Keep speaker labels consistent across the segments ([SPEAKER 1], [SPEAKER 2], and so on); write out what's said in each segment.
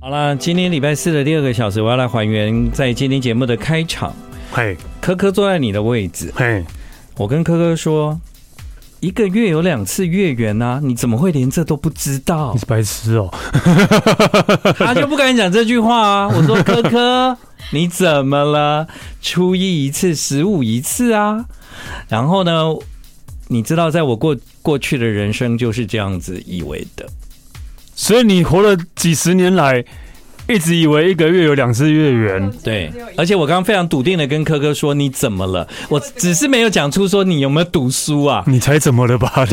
[SPEAKER 1] 好了，今天礼拜四的第二个小时，我要来还原在今天节目的开场。
[SPEAKER 2] 嘿，
[SPEAKER 1] 科科坐在你的位置，
[SPEAKER 2] 嘿，
[SPEAKER 1] 我跟科科说，一个月有两次月圆啊，你怎么会连这都不知道
[SPEAKER 2] 你？是白痴哦、
[SPEAKER 1] 他 就不敢讲这句话啊。我说科科，你怎么了？初一一次，十五一次啊。然后呢，你知道，在我过过去的人生就是这样子以为的。
[SPEAKER 2] 所以你活了几十年来，一直以为一个月有两次月圆，
[SPEAKER 1] 对，而且我刚刚非常笃定的跟科科说你怎么了，我只是没有讲出说你有没有读书啊。
[SPEAKER 2] 你才怎么了吧？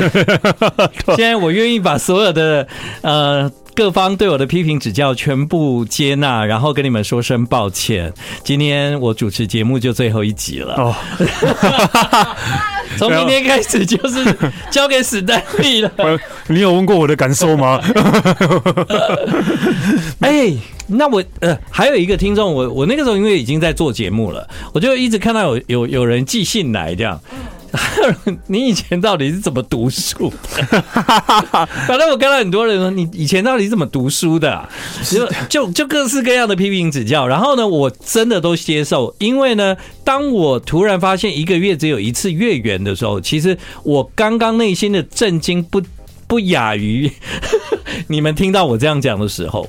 [SPEAKER 1] 现在我愿意把所有的呃各方对我的批评指教全部接纳，然后跟你们说声抱歉。今天我主持节目就最后一集了，
[SPEAKER 2] 哦，
[SPEAKER 1] 从明天开始就是交给史丹利了。
[SPEAKER 2] 我呃你有问过我的感受 吗？
[SPEAKER 1] 哎，那我呃还有一个听众，我我那个时候因为已经在做节目了，我就一直看到有有有人寄信来这样。 你以前到底是怎么读书的？ 反正我看到很多人说，你以前到底是怎么读书的啊、就就就各式各样的批评指教。然后呢，我真的都接受，因为呢，当我突然发现一个月只有一次月圆的时候，其实我刚刚内心的震惊不不亚于 你们听到我这样讲的时候。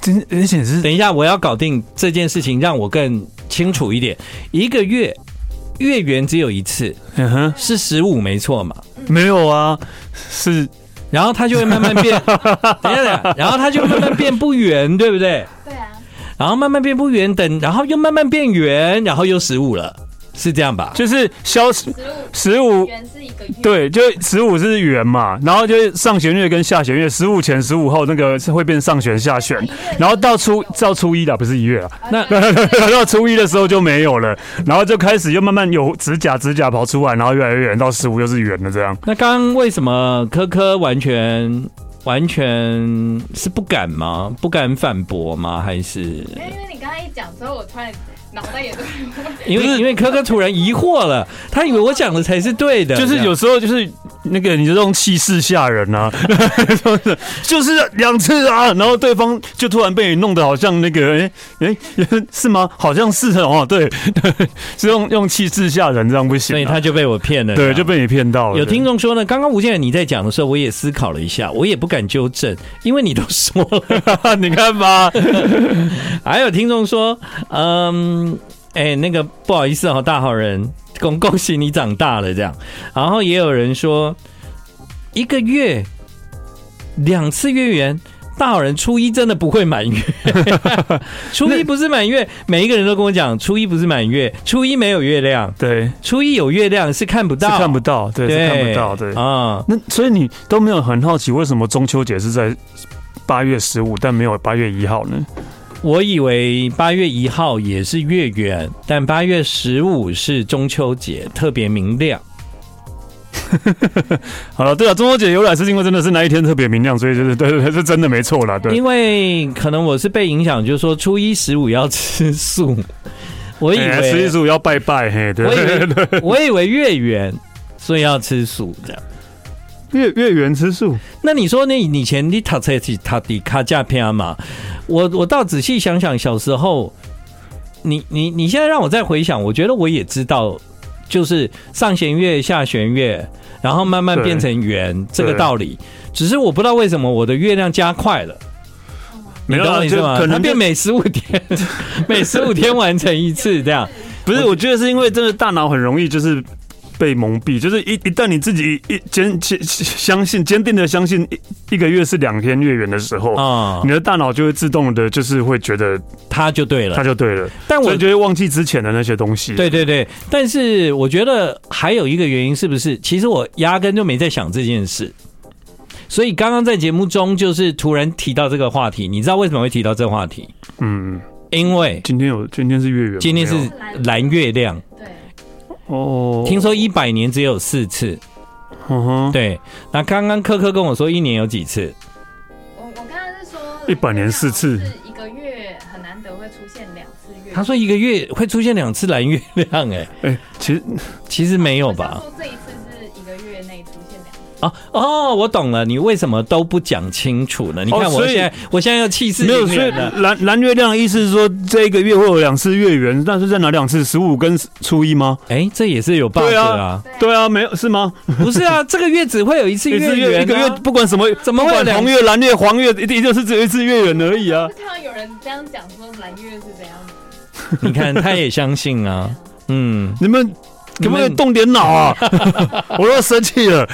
[SPEAKER 2] 真而且是
[SPEAKER 1] 等一下，我要搞定这件事情，让我更清楚一点。一个月月圆只有一次，
[SPEAKER 2] 嗯哼，
[SPEAKER 1] 是十五没错嘛？
[SPEAKER 2] 没有啊，是
[SPEAKER 1] 然后它就会慢慢 变，等一下，等一下然后它就慢慢变不圆，对不对？
[SPEAKER 3] 对啊，
[SPEAKER 1] 然后慢慢变不圆，等然后又慢慢变圆，然后又十五了，是这样吧？
[SPEAKER 2] 就是消十
[SPEAKER 3] 十五
[SPEAKER 2] 十五。
[SPEAKER 3] 元是一个月，，
[SPEAKER 2] 对，就十五是圆嘛，然后就是上弦月跟下弦月，十五前十五后那个是会变上弦下弦，然后到初到初一啦，不是一月啦，啊
[SPEAKER 1] 那
[SPEAKER 2] 到初一的时候就没有了，然后就开始又慢慢有指甲指甲跑出来，然后越来越远，到十五又是圆的这样。
[SPEAKER 1] 那刚刚为什么科科完全完全是不敢吗？不敢反驳吗？还是
[SPEAKER 3] 因为你刚才一讲之后，我突然脑袋也突 然
[SPEAKER 1] 因为因为科科突然疑惑了，他以为我讲的才是对的，
[SPEAKER 2] 就是
[SPEAKER 1] 这样
[SPEAKER 2] 有时候就是那个你这种气势吓人啊， 就是两次啊，然后对方就突然被你弄得好像那个哎哎、是吗？好像是哦，对， 是用用气势吓人，这样不行、啊
[SPEAKER 1] 所以他就被我骗了。
[SPEAKER 2] 对就被你骗到了。
[SPEAKER 1] 有听众说呢，刚刚吴建然你在讲的时候，我也思考了一下，我也不敢纠正，因为你都说了。
[SPEAKER 2] 你看吧，
[SPEAKER 1] 还有听众说，嗯，哎、那个不好意思哦，大好人，恭恭喜你长大了这样。然后也有人说，一个月两次月圆。大好人初一真的不会满 月，初一不是满月，每一个人都跟我讲，初一不是满月，初一没有月亮，
[SPEAKER 2] 对，
[SPEAKER 1] 初一有月亮是看不
[SPEAKER 2] 是
[SPEAKER 1] 到，
[SPEAKER 2] 看不到，对，是看不到，对。
[SPEAKER 1] 啊、
[SPEAKER 2] 那所以你都没有很好奇，为什么中秋节是在八月十五，但没有八月一号呢？
[SPEAKER 1] 我以为八月一号也是月圆，但八月十五是中秋节，特别明亮。
[SPEAKER 2] 好了，对啊，中秋节由来是因为真的是那一天特别明亮，所以就是对对对，是真的没错啦。对
[SPEAKER 1] 因为可能我是被影响，就是说初一十五要吃素， 我以
[SPEAKER 2] 哎十一
[SPEAKER 1] 为、
[SPEAKER 2] 十五要拜拜，嘿，对
[SPEAKER 1] 我以为
[SPEAKER 2] 对对，
[SPEAKER 1] 我以为月圆，所以要吃素这样。
[SPEAKER 2] 月月 圆吃素，
[SPEAKER 1] 那你说你你以前你塔车去塔迪卡架片嘛？我我倒仔细想想，小时候，你你你现在让我再回想，我觉得我也知道，就是上弦月、下弦月，然后慢慢
[SPEAKER 2] 对
[SPEAKER 1] 变成圆这个道理。只是我不知道为什么我的月亮加快了。你
[SPEAKER 2] 没有
[SPEAKER 1] 懂
[SPEAKER 2] 啊
[SPEAKER 1] 我意思吗？
[SPEAKER 2] 就可能
[SPEAKER 1] 它
[SPEAKER 2] 就
[SPEAKER 1] 变每十五天， 每十五天完成一次这样。
[SPEAKER 2] 不是？我觉得是因为真的大脑很容易就是被蒙蔽，就是一一旦你自己一坚坚相信坚定的相信一一个月是两天月圆的时候，
[SPEAKER 1] 啊
[SPEAKER 2] 你，的大脑就会自动的，就是会觉得
[SPEAKER 1] 他就对
[SPEAKER 2] 它
[SPEAKER 1] 了。
[SPEAKER 2] 就对了，
[SPEAKER 1] 但
[SPEAKER 2] 所
[SPEAKER 1] 我
[SPEAKER 2] 以就会忘记之前的那些东西。
[SPEAKER 1] 对对对，但是我觉得还有一个原因是不是？其实我压根就没在想这件事，所以刚刚在节目中就是突然提到这个话题，你知道为什么会提到这个话题？
[SPEAKER 2] 嗯，
[SPEAKER 1] 因为
[SPEAKER 2] 今天有今天是月圆吗，
[SPEAKER 1] 今天是
[SPEAKER 2] 没有
[SPEAKER 1] 蓝月亮，
[SPEAKER 3] 对，
[SPEAKER 2] 哦，
[SPEAKER 1] 听说一百年只有四次，
[SPEAKER 2] 嗯哼，
[SPEAKER 1] 对。那刚刚科科跟我说一年有几次，
[SPEAKER 3] 我我刚刚是说
[SPEAKER 2] 100年四次
[SPEAKER 3] 是一个月很难得会出现两次月。
[SPEAKER 1] 他说一个月会出现两次蓝月亮、哎，
[SPEAKER 2] 哎，其实
[SPEAKER 1] 其实没有
[SPEAKER 3] 我
[SPEAKER 1] 吧
[SPEAKER 3] 想？说这一次是一个月内出现两次。
[SPEAKER 1] 哦哦，我懂了，你为什么都不讲清楚呢？你看
[SPEAKER 2] 哦
[SPEAKER 1] 我
[SPEAKER 2] 所以
[SPEAKER 1] 现在，我现在要气势
[SPEAKER 2] 没有，
[SPEAKER 1] 凌
[SPEAKER 2] 所以
[SPEAKER 1] 人了。
[SPEAKER 2] 蓝蓝月亮的意思是说这个月会有两次月圆，但是在哪两次？十五跟初一吗？
[SPEAKER 1] 哎，这也是有 bug
[SPEAKER 2] 对
[SPEAKER 1] 啊
[SPEAKER 2] 啊，对啊，没有是吗？
[SPEAKER 1] 不是啊，这个月只会有一次
[SPEAKER 2] 一
[SPEAKER 1] 月
[SPEAKER 2] 次月
[SPEAKER 1] 圆、啊，
[SPEAKER 2] 一个月，不管什么，
[SPEAKER 1] 怎么会
[SPEAKER 2] 不
[SPEAKER 1] 有
[SPEAKER 2] 管
[SPEAKER 1] 两
[SPEAKER 2] 红月、蓝月、黄月，一定就是只有一次月圆而已啊
[SPEAKER 3] 我。看到有人这样讲说蓝月是怎样的，
[SPEAKER 1] 你看他也相信啊，嗯，
[SPEAKER 2] 你们可不可以动点脑啊？ 我都生气了。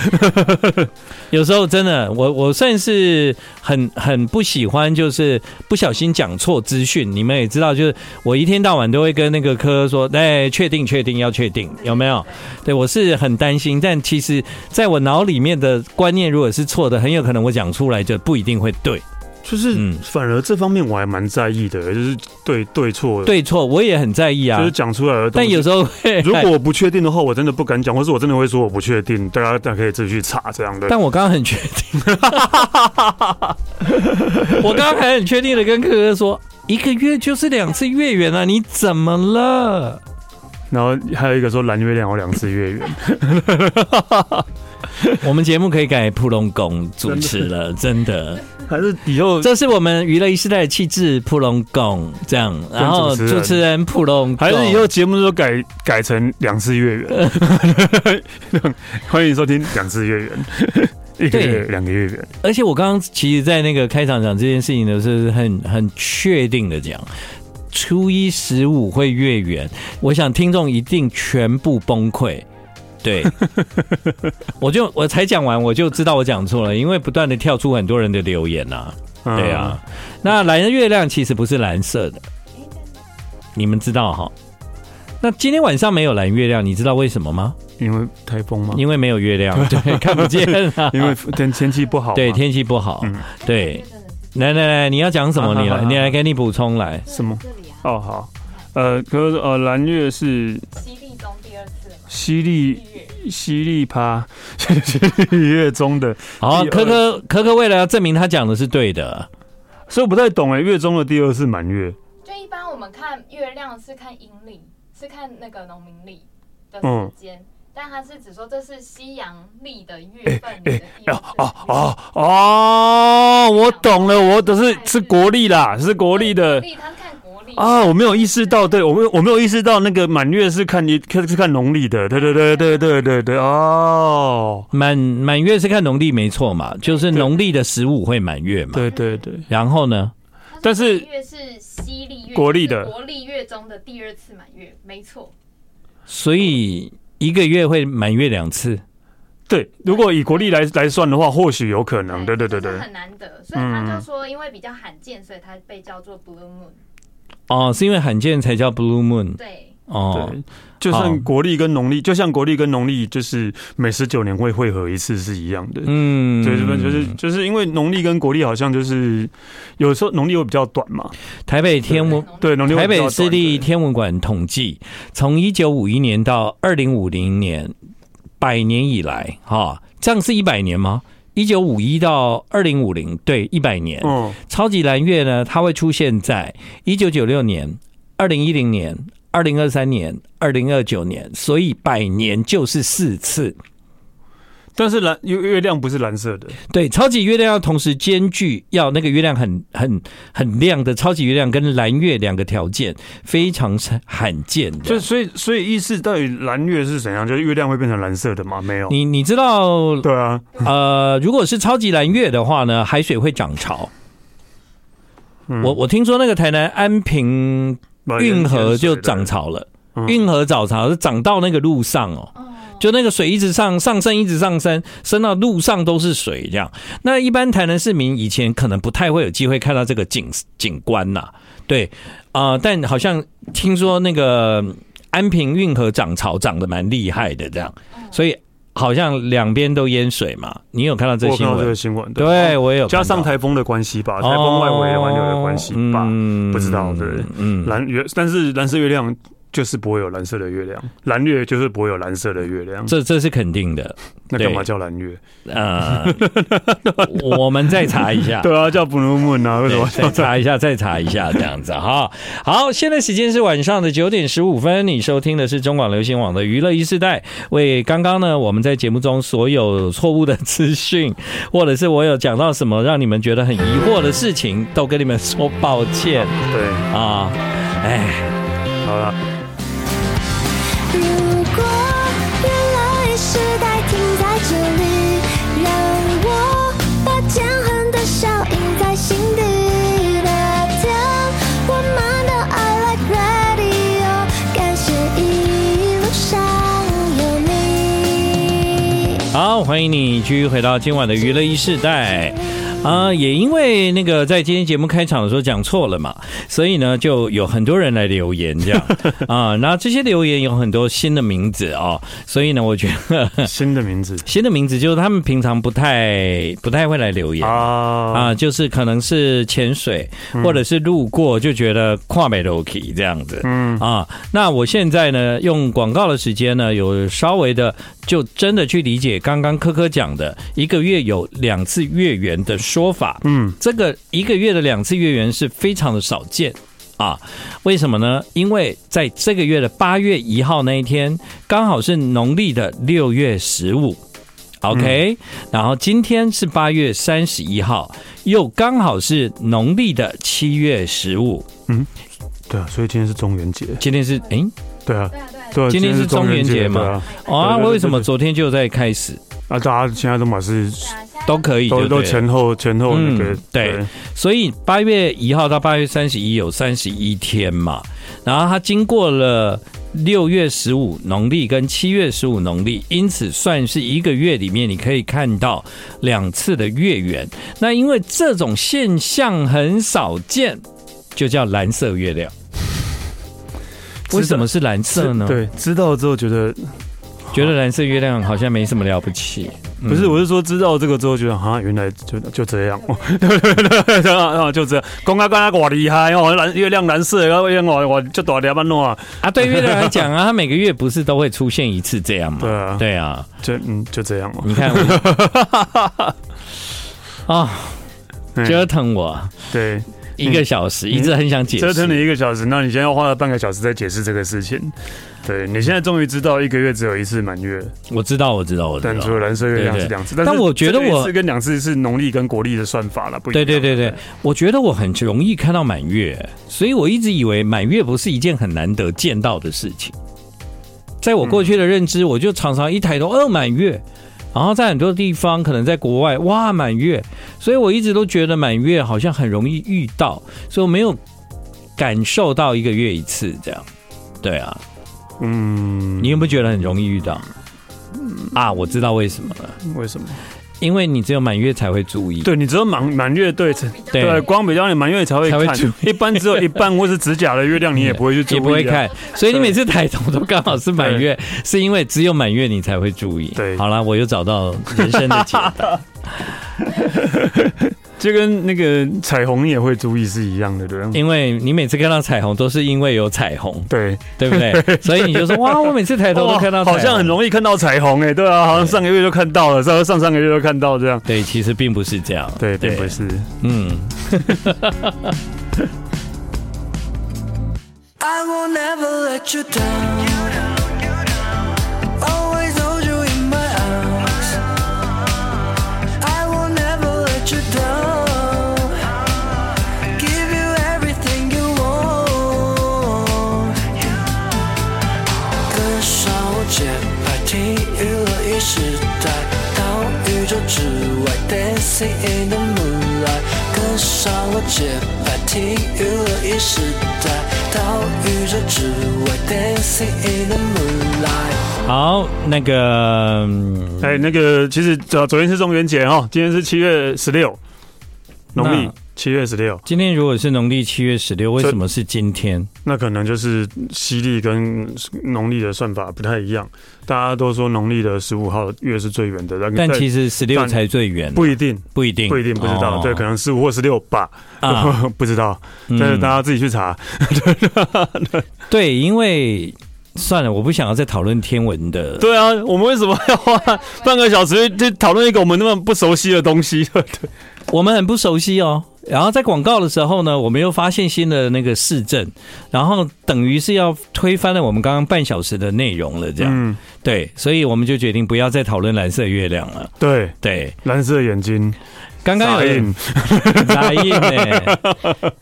[SPEAKER 1] 有时候真的，我我算是很很不喜欢，就是不小心讲错资讯。你们也知道，就是我一天到晚都会跟那个科说，哎，确定确定要确定，有没有？对我是很担心，但其实在我脑里面的观念如果是错的，很有可能我讲出来就不一定会对。
[SPEAKER 2] 就是
[SPEAKER 1] 嗯
[SPEAKER 2] 反而这方面我还蛮在意的，就是对对错，
[SPEAKER 1] 对错我也很在意
[SPEAKER 2] 就是
[SPEAKER 1] 啊，
[SPEAKER 2] 讲出来的东
[SPEAKER 1] 但有
[SPEAKER 2] 西。
[SPEAKER 1] 时候哎会
[SPEAKER 2] 如果我不确定的话，我真的不敢讲，或是我真的会说我不确定，大家大家可以自己去查这样 的。
[SPEAKER 1] 但我刚刚很确定， 我刚刚还很确定的跟哥哥说，一个月就是两次月圆啊，你怎么了？
[SPEAKER 2] 然后还有一个说蓝月亮有两次月圆，
[SPEAKER 1] 我们节目可以改普龙宫主持 了，真的，
[SPEAKER 2] 还是以后
[SPEAKER 1] 这是我们娱乐一时代的气质，普龙宫这样，然后
[SPEAKER 2] 主持人
[SPEAKER 1] 主持人普龙，
[SPEAKER 2] 还是以后节目都改改成两次月圆。 欢迎收听两次月 圆，一个月
[SPEAKER 1] 对
[SPEAKER 2] 两个月圆。
[SPEAKER 1] 而且我刚刚其实，在那个开场讲这件事情的时候，是很很确定的讲，初一十五会月圆，我想听众一定全部崩溃。 对，我就我才讲完，我就知道我讲错了，因为不断的跳出很多人的留言呐、
[SPEAKER 2] 嗯
[SPEAKER 1] 对啊，，那蓝的月亮其实不是蓝色的，你们知道哈？那今天晚上没有蓝月亮，你知道为什么吗？
[SPEAKER 2] 因为台风嘛，
[SPEAKER 1] 因为没有月亮， 对，看不见啊。
[SPEAKER 2] 因为天天气不好嘛。
[SPEAKER 1] 对天气不好，
[SPEAKER 2] 嗯
[SPEAKER 1] 对
[SPEAKER 3] 月，真的
[SPEAKER 1] 来
[SPEAKER 3] 是
[SPEAKER 1] 来来，你要讲什么？
[SPEAKER 2] 好
[SPEAKER 1] 你
[SPEAKER 2] 啊好
[SPEAKER 1] 来，
[SPEAKER 2] 好
[SPEAKER 1] 你来给你补充来。
[SPEAKER 2] 什么
[SPEAKER 3] 这里啊，
[SPEAKER 2] 哦好，呃，可是呃蓝月是
[SPEAKER 3] 西历中第二次了嘛，
[SPEAKER 2] 犀
[SPEAKER 3] 一
[SPEAKER 2] 利
[SPEAKER 3] 月
[SPEAKER 2] 犀利趴， 犀利月中的，
[SPEAKER 1] 好啊，
[SPEAKER 2] 第
[SPEAKER 1] 科
[SPEAKER 2] 二
[SPEAKER 1] 科科科为了要证明他讲的是对的，
[SPEAKER 2] 所以我不太懂哎，月中的第二是满月，
[SPEAKER 3] 就一般我们看月亮是看阴历，是看那个农民历的时间，但它是只说这是西洋历的月份里的第一次
[SPEAKER 2] 哦哦哦哦，我懂了，我都是是国历啦，是国历
[SPEAKER 3] 哦国
[SPEAKER 2] 的。
[SPEAKER 3] 历它是看国历
[SPEAKER 2] 啊，我没有意识到，对我没有我没有意识到那个满月是看你看是看农历的，对对对对对对对哦，
[SPEAKER 1] 满满月是看农历没错嘛，就是农历的十五会满月嘛。
[SPEAKER 2] 对对对，
[SPEAKER 1] 然后呢，
[SPEAKER 3] 它
[SPEAKER 2] 但
[SPEAKER 3] 说
[SPEAKER 2] 是
[SPEAKER 3] 满月是西历月，
[SPEAKER 2] 国历的
[SPEAKER 3] 就是国历月中的第二次满月，没错。
[SPEAKER 1] 所以一个月会满月两次。
[SPEAKER 2] 对，如果以国历来来算的话，或许有可嗯能，对对对
[SPEAKER 3] 就是
[SPEAKER 2] 对，
[SPEAKER 3] 很难得，所以他就说，因为比较罕见，所以它被叫做 blue moon。
[SPEAKER 1] 哦，是因为罕见才叫 Blue Moon
[SPEAKER 3] 对，
[SPEAKER 1] 哦。
[SPEAKER 2] 对，就
[SPEAKER 1] 好
[SPEAKER 2] 像国历跟农历，就像国历跟农历就是每十九年会汇合一次是一样的。
[SPEAKER 1] 嗯，
[SPEAKER 2] 对，就是就是就是因为农历跟国历好像就是有时候农历会比较短嘛，
[SPEAKER 1] 台北天文
[SPEAKER 2] 对，农历会
[SPEAKER 1] 台
[SPEAKER 2] 比较
[SPEAKER 1] 北
[SPEAKER 2] 短
[SPEAKER 1] 市立天文馆统计，从一九五一年到二零五零年，百年以来，哈、这样是一百年吗？一九五一到二零五零，对，一百年
[SPEAKER 2] 对。嗯，
[SPEAKER 1] 超级蓝月呢，它会出现在一九九六年、二零一零年、二零二三年、二零二九年，所以百年就是四次。
[SPEAKER 2] 但是蓝月月亮不是蓝色的，
[SPEAKER 1] 对，超级月亮要同时兼具要那个月亮很很很亮的超级月亮跟蓝月两个条件，非常罕见的。
[SPEAKER 2] 就所以所以意思到底蓝月是怎样？就是月亮会变成蓝色的吗？没有，
[SPEAKER 1] 你你知道，
[SPEAKER 2] 对啊，
[SPEAKER 1] 呃，如果是超级蓝月的话呢，海水会涨潮。
[SPEAKER 2] 嗯
[SPEAKER 1] 我我听说那个台南安平运河就涨，潮了，
[SPEAKER 2] 嗯
[SPEAKER 1] 运河涨潮是涨到那个路上哦，
[SPEAKER 3] 哦，
[SPEAKER 1] 就那个水一直上上升，一直上升，升到路上都是水这样。那一般台南市民以前可能不太会有机会看到这个景景观呐、对啊、呃但好像听说那个安平运河涨潮涨得蛮厉害的这样，所以好像两边都淹水嘛。你有看到这
[SPEAKER 2] 我
[SPEAKER 1] 新
[SPEAKER 2] 看到这个
[SPEAKER 1] 闻？
[SPEAKER 2] 新闻，
[SPEAKER 1] 对，我也有看
[SPEAKER 2] 加
[SPEAKER 1] 到
[SPEAKER 2] 上台风的关系吧，台风外围环流的关系吧，
[SPEAKER 1] 嗯
[SPEAKER 2] 不知道对
[SPEAKER 1] 嗯
[SPEAKER 2] 蓝月，但是蓝色月亮就是不会有蓝色的月亮，蓝月就是不会有蓝色的月亮，
[SPEAKER 1] 这这是肯定的，
[SPEAKER 2] 那干嘛
[SPEAKER 1] 对
[SPEAKER 2] 叫蓝月？
[SPEAKER 1] 呃，我们再查一下，
[SPEAKER 2] 对啊，叫 blue moon 啊，为什
[SPEAKER 1] 对
[SPEAKER 2] 么
[SPEAKER 1] 再查一下，再查一下，这样子哈。 好，现在时间是晚上的九点十五分，你收听的是中广流行网的娱乐一世代。为刚刚呢，我们在节目中所有错误的资讯，或者是我有讲到什么让你们觉得很疑惑的事情，都跟你们说抱歉
[SPEAKER 2] 对，
[SPEAKER 1] 啊。哎，
[SPEAKER 2] 好了，
[SPEAKER 4] 如果原来时代停在这里，让我把天恨的笑印在心底。那天我们的 I Like Radio，感谢一路上有你。
[SPEAKER 1] 好，欢迎你继续回到今晚的娱乐一世代。啊、也因为那个在今天节目开场的时候讲错了嘛，所以呢，就有很多人来留言这样啊。那、这些留言有很多新的名字哦，所以呢，我觉得
[SPEAKER 2] 新的名字
[SPEAKER 1] 新的名字就是他们平常不太不太会来留言。
[SPEAKER 2] 啊，
[SPEAKER 1] 啊，就是可能是潜水，或者是路过就觉得跨美楼梯这样子，嗯啊，那我现在呢，用广告的时间呢，有稍微的就真的去理解刚刚科科讲的一个月有两次月圆的说法，
[SPEAKER 2] 嗯，
[SPEAKER 1] 这个一个月的两次月圆是非常的少见。啊，为什么呢？因为在这个月的八月一号那一天，刚好是农历的六月十五，OK、然后今天是八月三十一号，又刚好是农历的七月十五。
[SPEAKER 2] 对啊，所以今天是中元节，
[SPEAKER 1] 今天是诶，
[SPEAKER 2] 对啊，
[SPEAKER 3] 对啊对啊，
[SPEAKER 2] 对啊，
[SPEAKER 1] 今天是中元节嘛
[SPEAKER 2] 对
[SPEAKER 1] 哦
[SPEAKER 2] 啊
[SPEAKER 1] 啊，
[SPEAKER 2] 对对对
[SPEAKER 1] 为什么昨天就在开始
[SPEAKER 2] 啊，大家现在都满是
[SPEAKER 3] 对啊现在
[SPEAKER 1] 都可以
[SPEAKER 2] 都
[SPEAKER 1] 就
[SPEAKER 2] 都
[SPEAKER 1] 对了？
[SPEAKER 2] 前后前后那个
[SPEAKER 1] 嗯对所以八月一号到八月三十一有三十一天嘛，然后它经过了六月十五农历跟七月十五农历，因此算是一个月里面你可以看到两次的月圆。那因为这种现象很少见，就叫蓝色月亮。
[SPEAKER 2] 知道
[SPEAKER 1] 为什么是蓝色呢？
[SPEAKER 2] 对，知道之后觉得
[SPEAKER 1] 觉得蓝色月亮好像没什么了不起。嗯
[SPEAKER 2] 不是，我是说知道这个之后觉得啊，原来就就这样，对对对对，啊就这样，公刚刚我厉害哦，蓝月亮蓝色，然后月亮我我就打两半弄啊，
[SPEAKER 1] 啊，对月亮来讲 啊，它每个月不是都会出现一次这样吗？
[SPEAKER 2] 对啊，
[SPEAKER 1] 对啊，
[SPEAKER 2] 就嗯就这样嘛，
[SPEAKER 1] 你看我， 啊，
[SPEAKER 2] 嗯
[SPEAKER 1] 折腾我
[SPEAKER 2] 对，
[SPEAKER 1] 一个小时，一直很想解释。
[SPEAKER 2] 嗯折腾了一个小时，那你现在要花了半个小时在解释这个事情，对你现在终于知道一个月只有一次满月，
[SPEAKER 1] 我知道，我知道，我知
[SPEAKER 2] 但
[SPEAKER 1] 道
[SPEAKER 2] 除。了蓝色月亮
[SPEAKER 1] 对对
[SPEAKER 2] 是两次，
[SPEAKER 1] 但
[SPEAKER 2] 是
[SPEAKER 1] 我觉得
[SPEAKER 2] 这个一
[SPEAKER 1] 我
[SPEAKER 2] 次跟两次是农历跟国历的算法了，不一
[SPEAKER 1] 对
[SPEAKER 2] 样
[SPEAKER 1] 对对对，，我觉得我很容易看到满月，所以我一直以为满月不是一件很难得见到的事情。在我过去的认知，我就常常一抬头，哦，满月。然后在很多地方，可能在国外，哇，满月，所以我一直都觉得满月好像很容易遇到，所以我没有感受到一个月一次这样。对啊，
[SPEAKER 2] 嗯，
[SPEAKER 1] 你有没有觉得很容易遇到？啊，我知道为什么了，
[SPEAKER 2] 为什么？
[SPEAKER 1] 因为你只有满月才会注意。
[SPEAKER 2] 对你只有满满月对
[SPEAKER 3] 比较
[SPEAKER 1] 对
[SPEAKER 2] 对，光比较你满月才会
[SPEAKER 1] 才会注
[SPEAKER 2] 看， 一般只有一半或是指甲的月亮，你也不会去注
[SPEAKER 1] 也
[SPEAKER 2] 意、啊，
[SPEAKER 1] 不会。看，所以你每次抬头都刚好是满月，是因为只有满月你才会注意。
[SPEAKER 2] 对
[SPEAKER 1] 好啦，我又找到人生的解 答。
[SPEAKER 2] 就跟那个彩虹你也会注意是一样的，对不对？
[SPEAKER 1] 因为你每次看到彩虹都是因为有彩虹，
[SPEAKER 2] 对，
[SPEAKER 1] 对不对？所以你就说哇，我每次抬 头都看到
[SPEAKER 2] 哇
[SPEAKER 1] 彩虹，
[SPEAKER 2] 好像很容易看到彩虹哎、对啊，好像上个月就看到了，上上上个月就看到这样，
[SPEAKER 1] 对，其实并不是这样。
[SPEAKER 2] 对，并不，是。
[SPEAKER 1] 嗯。
[SPEAKER 5] I will never let you down. Always hold you in my arms. I will never let you down. Give you everything you want. 跟上我节拍，听娱乐一时代，到宇宙之外，Dancing in the moonlight。跟上我节拍，听娱乐一时代，到宇宙之外，Dancing in the moonlight。
[SPEAKER 1] 好，那个嗯
[SPEAKER 2] 哎，那个其实呃昨昨天是中元节哈，今天是七月十六，农历
[SPEAKER 1] 那
[SPEAKER 2] 七月十六，
[SPEAKER 1] 今天如果是农历七月十六，为
[SPEAKER 2] 这
[SPEAKER 1] 什么是今天？
[SPEAKER 2] 那可能就是西历跟农历的算法不太一样。大家都说农历的十五号月是最圆的，但
[SPEAKER 1] 但其实
[SPEAKER 2] 实
[SPEAKER 1] 十六
[SPEAKER 2] 但
[SPEAKER 1] 才最远，
[SPEAKER 2] 不一定，
[SPEAKER 1] 不一定，
[SPEAKER 2] 不一定不知道，
[SPEAKER 1] 哦
[SPEAKER 2] 对，可能十五或十六吧，
[SPEAKER 1] 啊，
[SPEAKER 2] 不知道，
[SPEAKER 1] 嗯
[SPEAKER 2] 但是大家自己去查。
[SPEAKER 1] 对，因为算了，我不想要再讨论天文的。
[SPEAKER 2] 对啊，我们为什么要花半个小时去讨论一个我们那么不熟悉的东西？对对
[SPEAKER 1] 我们很不熟悉哦。然后在广告的时候呢，我们又发现新的那个市政，然后等于是要推翻了我们刚刚半小时的内容了，这样、
[SPEAKER 2] 嗯，
[SPEAKER 1] 对，所以我们就决定不要再讨论蓝色月亮了。
[SPEAKER 2] 对，
[SPEAKER 1] 对，
[SPEAKER 2] 蓝色眼睛，
[SPEAKER 1] 刚刚有
[SPEAKER 2] 傻
[SPEAKER 1] 人
[SPEAKER 2] 眼
[SPEAKER 1] 杂音呢，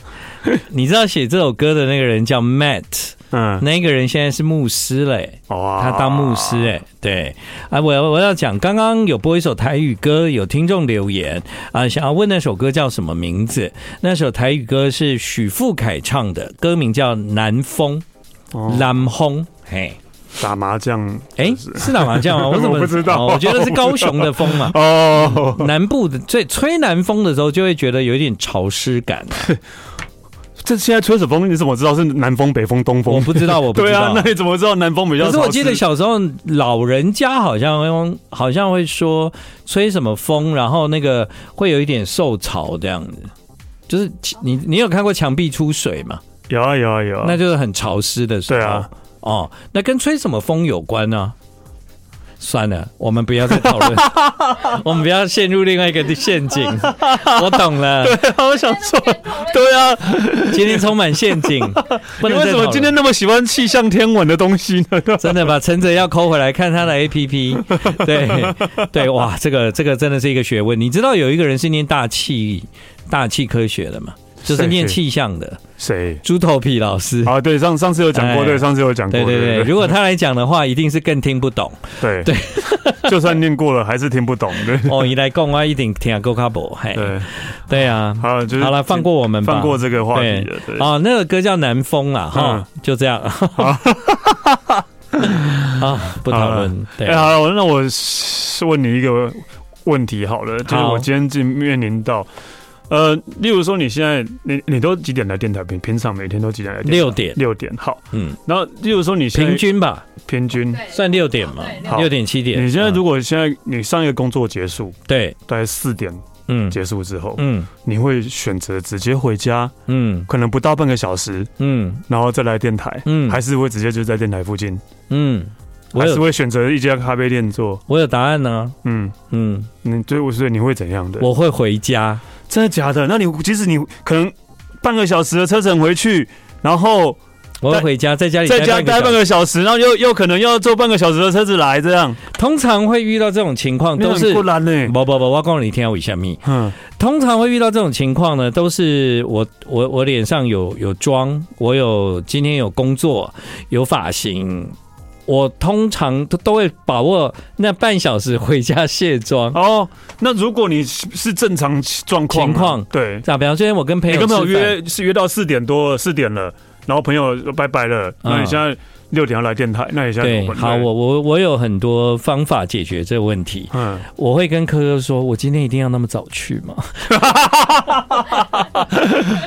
[SPEAKER 1] 你知道写这首歌的那个人叫 Matt，
[SPEAKER 2] 嗯，
[SPEAKER 1] 那个人现在是牧师嘞。
[SPEAKER 2] 哇
[SPEAKER 1] 他当牧师哎、对啊，我要我要讲，刚刚有播一首台语歌，有听众留言啊，想要问那首歌叫什么名字？那首台语歌是许富凯唱的，歌名叫《南风》，
[SPEAKER 2] 哦
[SPEAKER 1] 南风，嘿，
[SPEAKER 2] 打麻将，
[SPEAKER 1] 哎，是打麻将 吗？我怎么
[SPEAKER 2] 我不知道。
[SPEAKER 1] 哦我觉得是高雄的风嘛
[SPEAKER 2] 哦，
[SPEAKER 1] 南部的最吹南风的时候，就会觉得有一点潮湿感、啊
[SPEAKER 2] 这现在吹什么风？你怎么知道是南风、北风、东风？
[SPEAKER 1] 我不知道，我不知
[SPEAKER 2] 对啊
[SPEAKER 1] 道，。
[SPEAKER 2] 那你怎么知道南风比较
[SPEAKER 1] 可
[SPEAKER 2] 潮
[SPEAKER 1] 是
[SPEAKER 2] 湿？
[SPEAKER 1] 我记得小时候老人家好像用好像会说吹什么风，然后那个会有一点受潮这样子。就是你，你有看过墙壁出水嘛？
[SPEAKER 2] 有啊有啊有啊，
[SPEAKER 1] 那就是很潮湿的时候。
[SPEAKER 2] 对啊，
[SPEAKER 1] 哦，那跟吹什么风有关呢、算了，我们不要再讨 论，我们不要陷入另外一个陷阱。我懂 了，
[SPEAKER 2] 啊，我想说，
[SPEAKER 3] 对，
[SPEAKER 2] 对啊，
[SPEAKER 1] 今天充满陷阱，不
[SPEAKER 2] 你
[SPEAKER 1] 能
[SPEAKER 2] 为
[SPEAKER 1] 再
[SPEAKER 2] 什
[SPEAKER 1] 讨
[SPEAKER 2] 么
[SPEAKER 1] 论
[SPEAKER 2] 今天那么喜欢气象天文的东西呢？
[SPEAKER 1] 真的把陈哲要抠回来看他的 A P P，对对，哇，这个这个真的是一个学问。你知道有一个人是念大气大气科学的吗？就是念气象的
[SPEAKER 2] 谁？
[SPEAKER 1] 猪头皮老师。
[SPEAKER 2] 啊，对，上上次有讲过，
[SPEAKER 1] 哎
[SPEAKER 2] 对，上次有讲过，
[SPEAKER 1] 对对对，如果他来讲的话，一定是更听不懂。
[SPEAKER 2] 对对， 就算念过了，还是听不懂，对
[SPEAKER 1] 哦，一来共啊，一定听够卡博。嘿，
[SPEAKER 2] 对。
[SPEAKER 1] 对啊，
[SPEAKER 2] 好，就是
[SPEAKER 1] 哎好了，放过我们吧，
[SPEAKER 2] 放过这个话题了，对，
[SPEAKER 1] 哦，那个歌叫《南风》啊，哈，就这样。啊，不讨论。对
[SPEAKER 2] 哎，，好了，那我是问你一个问题好了，就是
[SPEAKER 1] 好
[SPEAKER 2] 我今天正面临到，呃，例如说你现在你你都几点来电台？平平常每天都几点来电台？
[SPEAKER 1] 六点
[SPEAKER 2] 六点好，
[SPEAKER 1] 嗯，
[SPEAKER 2] 然后例如说你现在
[SPEAKER 1] 平均吧，
[SPEAKER 2] 平均，
[SPEAKER 3] 对
[SPEAKER 1] 算六点嘛
[SPEAKER 3] 对，
[SPEAKER 2] 好
[SPEAKER 1] 六点七点。
[SPEAKER 2] 你现在
[SPEAKER 1] 嗯
[SPEAKER 2] 如果现在你上一个工作结束，
[SPEAKER 1] 对，
[SPEAKER 2] 大概四点
[SPEAKER 1] 嗯
[SPEAKER 2] 结束之后，
[SPEAKER 1] 嗯
[SPEAKER 2] 你会选择直接回家，
[SPEAKER 1] 嗯
[SPEAKER 2] 可能不到半个小时，
[SPEAKER 1] 嗯
[SPEAKER 2] 然后再来电台，
[SPEAKER 1] 嗯
[SPEAKER 2] 还是会直接就在电台附近，
[SPEAKER 1] 嗯，我
[SPEAKER 2] 还是
[SPEAKER 1] 有
[SPEAKER 2] 会选择一家咖啡店做，
[SPEAKER 1] 我有答案呢、
[SPEAKER 2] 嗯。
[SPEAKER 1] 嗯，
[SPEAKER 2] 你对我所以你会怎样的？
[SPEAKER 1] 我会回家，
[SPEAKER 2] 真的假的？那你即使你可能半个小时的车程回去，然后
[SPEAKER 1] 我会回家，在家里
[SPEAKER 2] 在家待半
[SPEAKER 1] 小时
[SPEAKER 2] 个小时，然后又又可能要坐半个小时的车子来，这样
[SPEAKER 1] 通常会遇到这种情况，嗯都是
[SPEAKER 2] 不然呢？
[SPEAKER 1] 不不不，我告诉你听我啊一下咪。
[SPEAKER 2] 嗯，
[SPEAKER 1] 通常会遇到这种情况呢，都是我我我脸上有有妆，我有今天有工作，有发型。我通常都都会把握那半小时回家卸妆。
[SPEAKER 2] 哦，那如果你是是正常状况啊，
[SPEAKER 1] 情况
[SPEAKER 2] 对，
[SPEAKER 1] 啊，比方说，我跟朋
[SPEAKER 2] 你
[SPEAKER 1] 友
[SPEAKER 2] 跟朋友
[SPEAKER 1] 吃饭
[SPEAKER 2] 约是约到四点多了，四点了，然后朋友说拜拜了，
[SPEAKER 1] 嗯
[SPEAKER 2] 那你现在六点要来电台，那你现在怎
[SPEAKER 1] 对
[SPEAKER 2] 么，办
[SPEAKER 1] 好，我我我有很多方法解决这个问题。
[SPEAKER 2] 嗯，
[SPEAKER 1] 我会跟科科说，我今天一定要那么早去吗？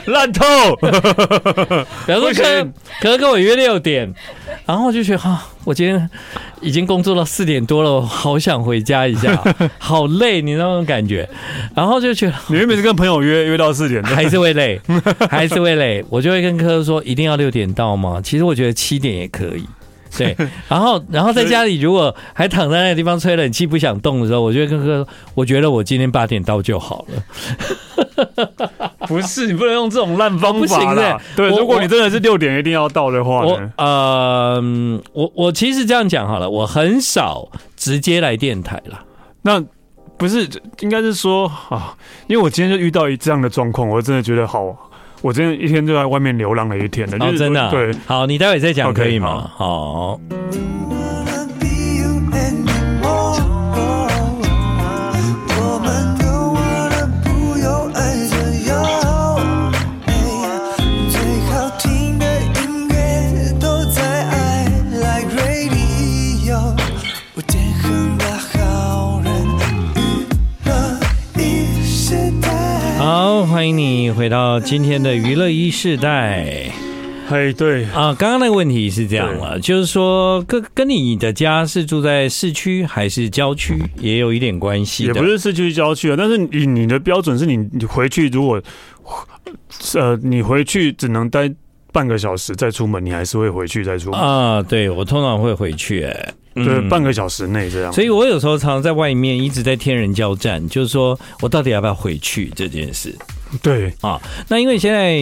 [SPEAKER 2] 烂透，
[SPEAKER 1] 比方说
[SPEAKER 2] 不
[SPEAKER 1] 科
[SPEAKER 2] 行
[SPEAKER 1] 科科跟我约六点，然后我就觉得哈、我今天已经工作到四点多了，我好想回家一下，好累，你那种感觉，然后就觉得
[SPEAKER 2] 你原本是跟朋友约约到四点，
[SPEAKER 1] 还是会累，还是会累，我就会跟科科说，一定要六点到吗？其实我觉得七点也可以。 对，然后然后在家里如果还躺在那个地方吹冷气不想动的时候，我就会跟科科说，我觉得我今天八点到就好了。
[SPEAKER 2] 不是，你不能用这种烂方
[SPEAKER 1] 不
[SPEAKER 2] 法
[SPEAKER 1] 行
[SPEAKER 2] 啦
[SPEAKER 1] 的。
[SPEAKER 2] 对，
[SPEAKER 1] 我
[SPEAKER 2] 如果
[SPEAKER 1] 我
[SPEAKER 2] 你真的是六点一定要到的话
[SPEAKER 1] 我
[SPEAKER 2] 呢，
[SPEAKER 1] 呃，嗯我我其实这样讲好了，我很少直接来电台啦。
[SPEAKER 2] 那不是应该是说啊，因为我今天就遇到一这样的状况，我真的觉得好，我真的一天就在外面流浪了一天了。就
[SPEAKER 1] 哦，
[SPEAKER 2] 是
[SPEAKER 1] 真的、啊，
[SPEAKER 2] 对，，
[SPEAKER 1] 好，你待会再讲
[SPEAKER 2] OK，
[SPEAKER 1] 可以吗？好，
[SPEAKER 6] 我们都忘了不用爱自由，最好听的音乐都在 I Like Radio。
[SPEAKER 1] 欢迎你回到今天的娱乐一世代。
[SPEAKER 2] 嘿，对，
[SPEAKER 1] 啊，刚刚那个问题是这样了，就是说跟跟你的家是住在市区还是郊区，也有一点关系
[SPEAKER 2] 也
[SPEAKER 1] 的。
[SPEAKER 2] 不是市区郊区啊，但是你你的标准是你你回去如果呃你回去只能待半个小时再出门，你还是会回去再出门，
[SPEAKER 1] 啊，对我通常会回去、哎，
[SPEAKER 2] 对，
[SPEAKER 1] 嗯
[SPEAKER 2] 半个小时内这样。
[SPEAKER 1] 所以我有时候常常在外面一直在天人交战，就是说我到底要不要回去这件事
[SPEAKER 2] 对，
[SPEAKER 1] 啊？那因为现在。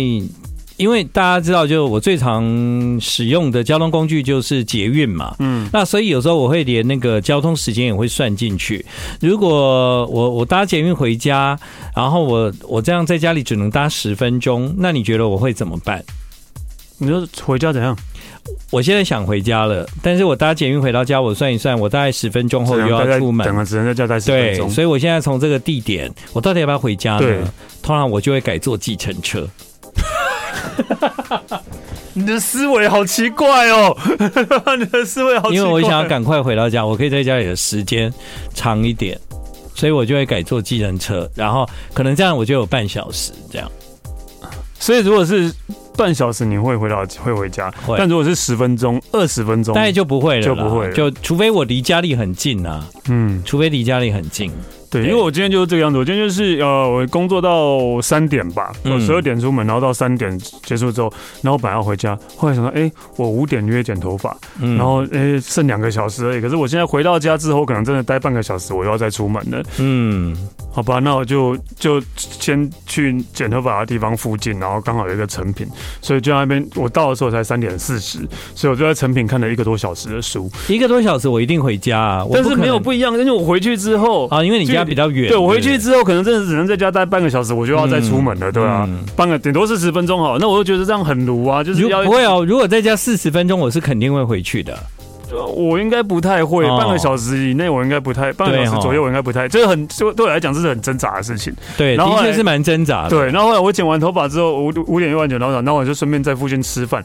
[SPEAKER 1] 因为大家知道，就我最常使用的交通工具就是捷运嘛，
[SPEAKER 2] 嗯，
[SPEAKER 1] 那所以有时候我会连那个交通时间也会算进去。如果我我搭捷运回家，然后我我这样在家里只能搭十分钟，那你觉得我会怎么办？
[SPEAKER 2] 你说回家怎样？
[SPEAKER 1] 我现在想回家了，但是我搭捷运回到家，我算一算，我大概十分钟后
[SPEAKER 2] 只
[SPEAKER 1] 哦又
[SPEAKER 2] 能待
[SPEAKER 1] 要
[SPEAKER 2] 在
[SPEAKER 1] 出门
[SPEAKER 2] 等。了只能在家待十分
[SPEAKER 1] 对，
[SPEAKER 2] 钟。
[SPEAKER 1] 所以我现在从这个地点，我到底要不要回家
[SPEAKER 2] 对
[SPEAKER 1] 呢？通常我就会改坐计程车。
[SPEAKER 2] 你的思维好奇怪哦， 你的思维好奇怪。
[SPEAKER 1] 因为我想要赶快回到家，我可以在家里的时间长一点，所以我就会改坐计程车，然后可能这样我就有半小时这样。
[SPEAKER 2] 所以如果是半小时，你会回到会回家
[SPEAKER 1] 会，
[SPEAKER 2] 但如果是十分钟、二十分钟，
[SPEAKER 1] 大概就不会了啦，
[SPEAKER 2] 就不会了
[SPEAKER 1] 就除非我离家里很近啊，
[SPEAKER 2] 嗯，
[SPEAKER 1] 除非离家里很近，
[SPEAKER 2] 对，因
[SPEAKER 1] 对
[SPEAKER 2] 为我今天就是这个样子，我今天就是呃，我工作到三点吧，
[SPEAKER 1] 嗯
[SPEAKER 2] 我十二点出门，然后到三点结束之后，然后我本来要回家，后来想到，哎、我五点约剪头发，
[SPEAKER 1] 嗯，
[SPEAKER 2] 然后哎、诶剩两个小时而已，可是我现在回到家之后，可能真的待半个小时，我又要再出门了，
[SPEAKER 1] 嗯，
[SPEAKER 2] 好吧，那我就就先去剪头发的地方附近，然后刚好有一个成品，所以就在那边，我到的时候才三点四十，所以我就在成品看了一个多小时的书，
[SPEAKER 1] 一个多小时我一定回家啊，我
[SPEAKER 2] 但
[SPEAKER 1] 不
[SPEAKER 2] 是
[SPEAKER 1] 可能
[SPEAKER 2] 没有不一样，因为我回去之后
[SPEAKER 1] 啊，因为你家比较远，
[SPEAKER 2] 对我回去
[SPEAKER 1] 不
[SPEAKER 2] 之后，可能真的只能在家待半个小时，我就要再出门了，对啊，
[SPEAKER 1] 嗯
[SPEAKER 2] 半个顶多是十分钟好，那我就觉得这样很鲁啊，就是
[SPEAKER 1] 如
[SPEAKER 2] 要
[SPEAKER 1] 不会哦，如果在家四十分钟，我是肯定会回去的。
[SPEAKER 2] 我应该不太会，
[SPEAKER 1] 哦
[SPEAKER 2] 半个小时以内我应该不太，半个小时左右我应该不太，这很这对我来讲这是很挣扎的事情。
[SPEAKER 1] 对，
[SPEAKER 2] 然后
[SPEAKER 1] 的
[SPEAKER 2] 后
[SPEAKER 1] 确
[SPEAKER 2] 来
[SPEAKER 1] 是蛮挣扎的。
[SPEAKER 2] 对，然后后来我剪完头发之后，五五点又完剪头发，然后我就顺便在附近吃饭，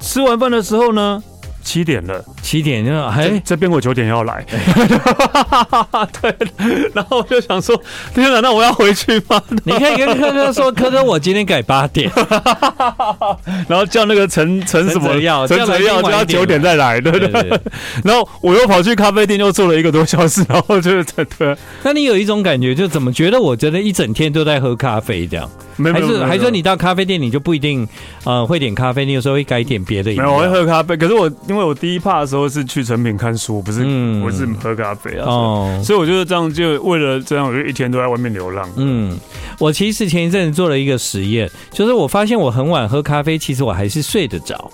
[SPEAKER 2] 吃完饭的时候呢。七点了，
[SPEAKER 1] 起点就
[SPEAKER 2] 哎、
[SPEAKER 1] 哎，
[SPEAKER 2] 这边我九点 要来， 对，然后我就想说，天哪，那我要回去吗？
[SPEAKER 1] 你可以跟科科说，科科，我今天改八点，
[SPEAKER 2] 然后叫那个 陈陈什
[SPEAKER 1] 陈
[SPEAKER 2] 么
[SPEAKER 1] 泽耀
[SPEAKER 2] 陈
[SPEAKER 1] 叫来
[SPEAKER 2] 泽耀
[SPEAKER 1] 宾晚
[SPEAKER 2] 就要
[SPEAKER 1] 一点
[SPEAKER 2] 九点再来， 对不
[SPEAKER 1] 对
[SPEAKER 2] 对？
[SPEAKER 1] 对。对
[SPEAKER 2] 然后我又跑去咖啡店，又坐了一个多小时，然后就是对对，
[SPEAKER 1] 那你有一种感觉，就怎么觉得我真的一整天都在喝咖啡这样？
[SPEAKER 2] 没有
[SPEAKER 1] 还
[SPEAKER 2] 没有没
[SPEAKER 1] 是
[SPEAKER 2] 有
[SPEAKER 1] 还说你到咖啡店，你就不一定呃会点咖啡，你有时候会改点别的饮
[SPEAKER 2] 没
[SPEAKER 1] 料。
[SPEAKER 2] 有我会喝咖啡，可是我因为我第一趴的时候是去成品看书，不是、
[SPEAKER 1] 嗯
[SPEAKER 2] 我是喝咖啡啊，
[SPEAKER 1] 哦。
[SPEAKER 2] 所以我就是这样，就为了这样，我就一天都在外面流浪。
[SPEAKER 1] 嗯，我其实前一阵子做了一个实验，就是我发现我很晚喝咖啡，其实我还是睡得着。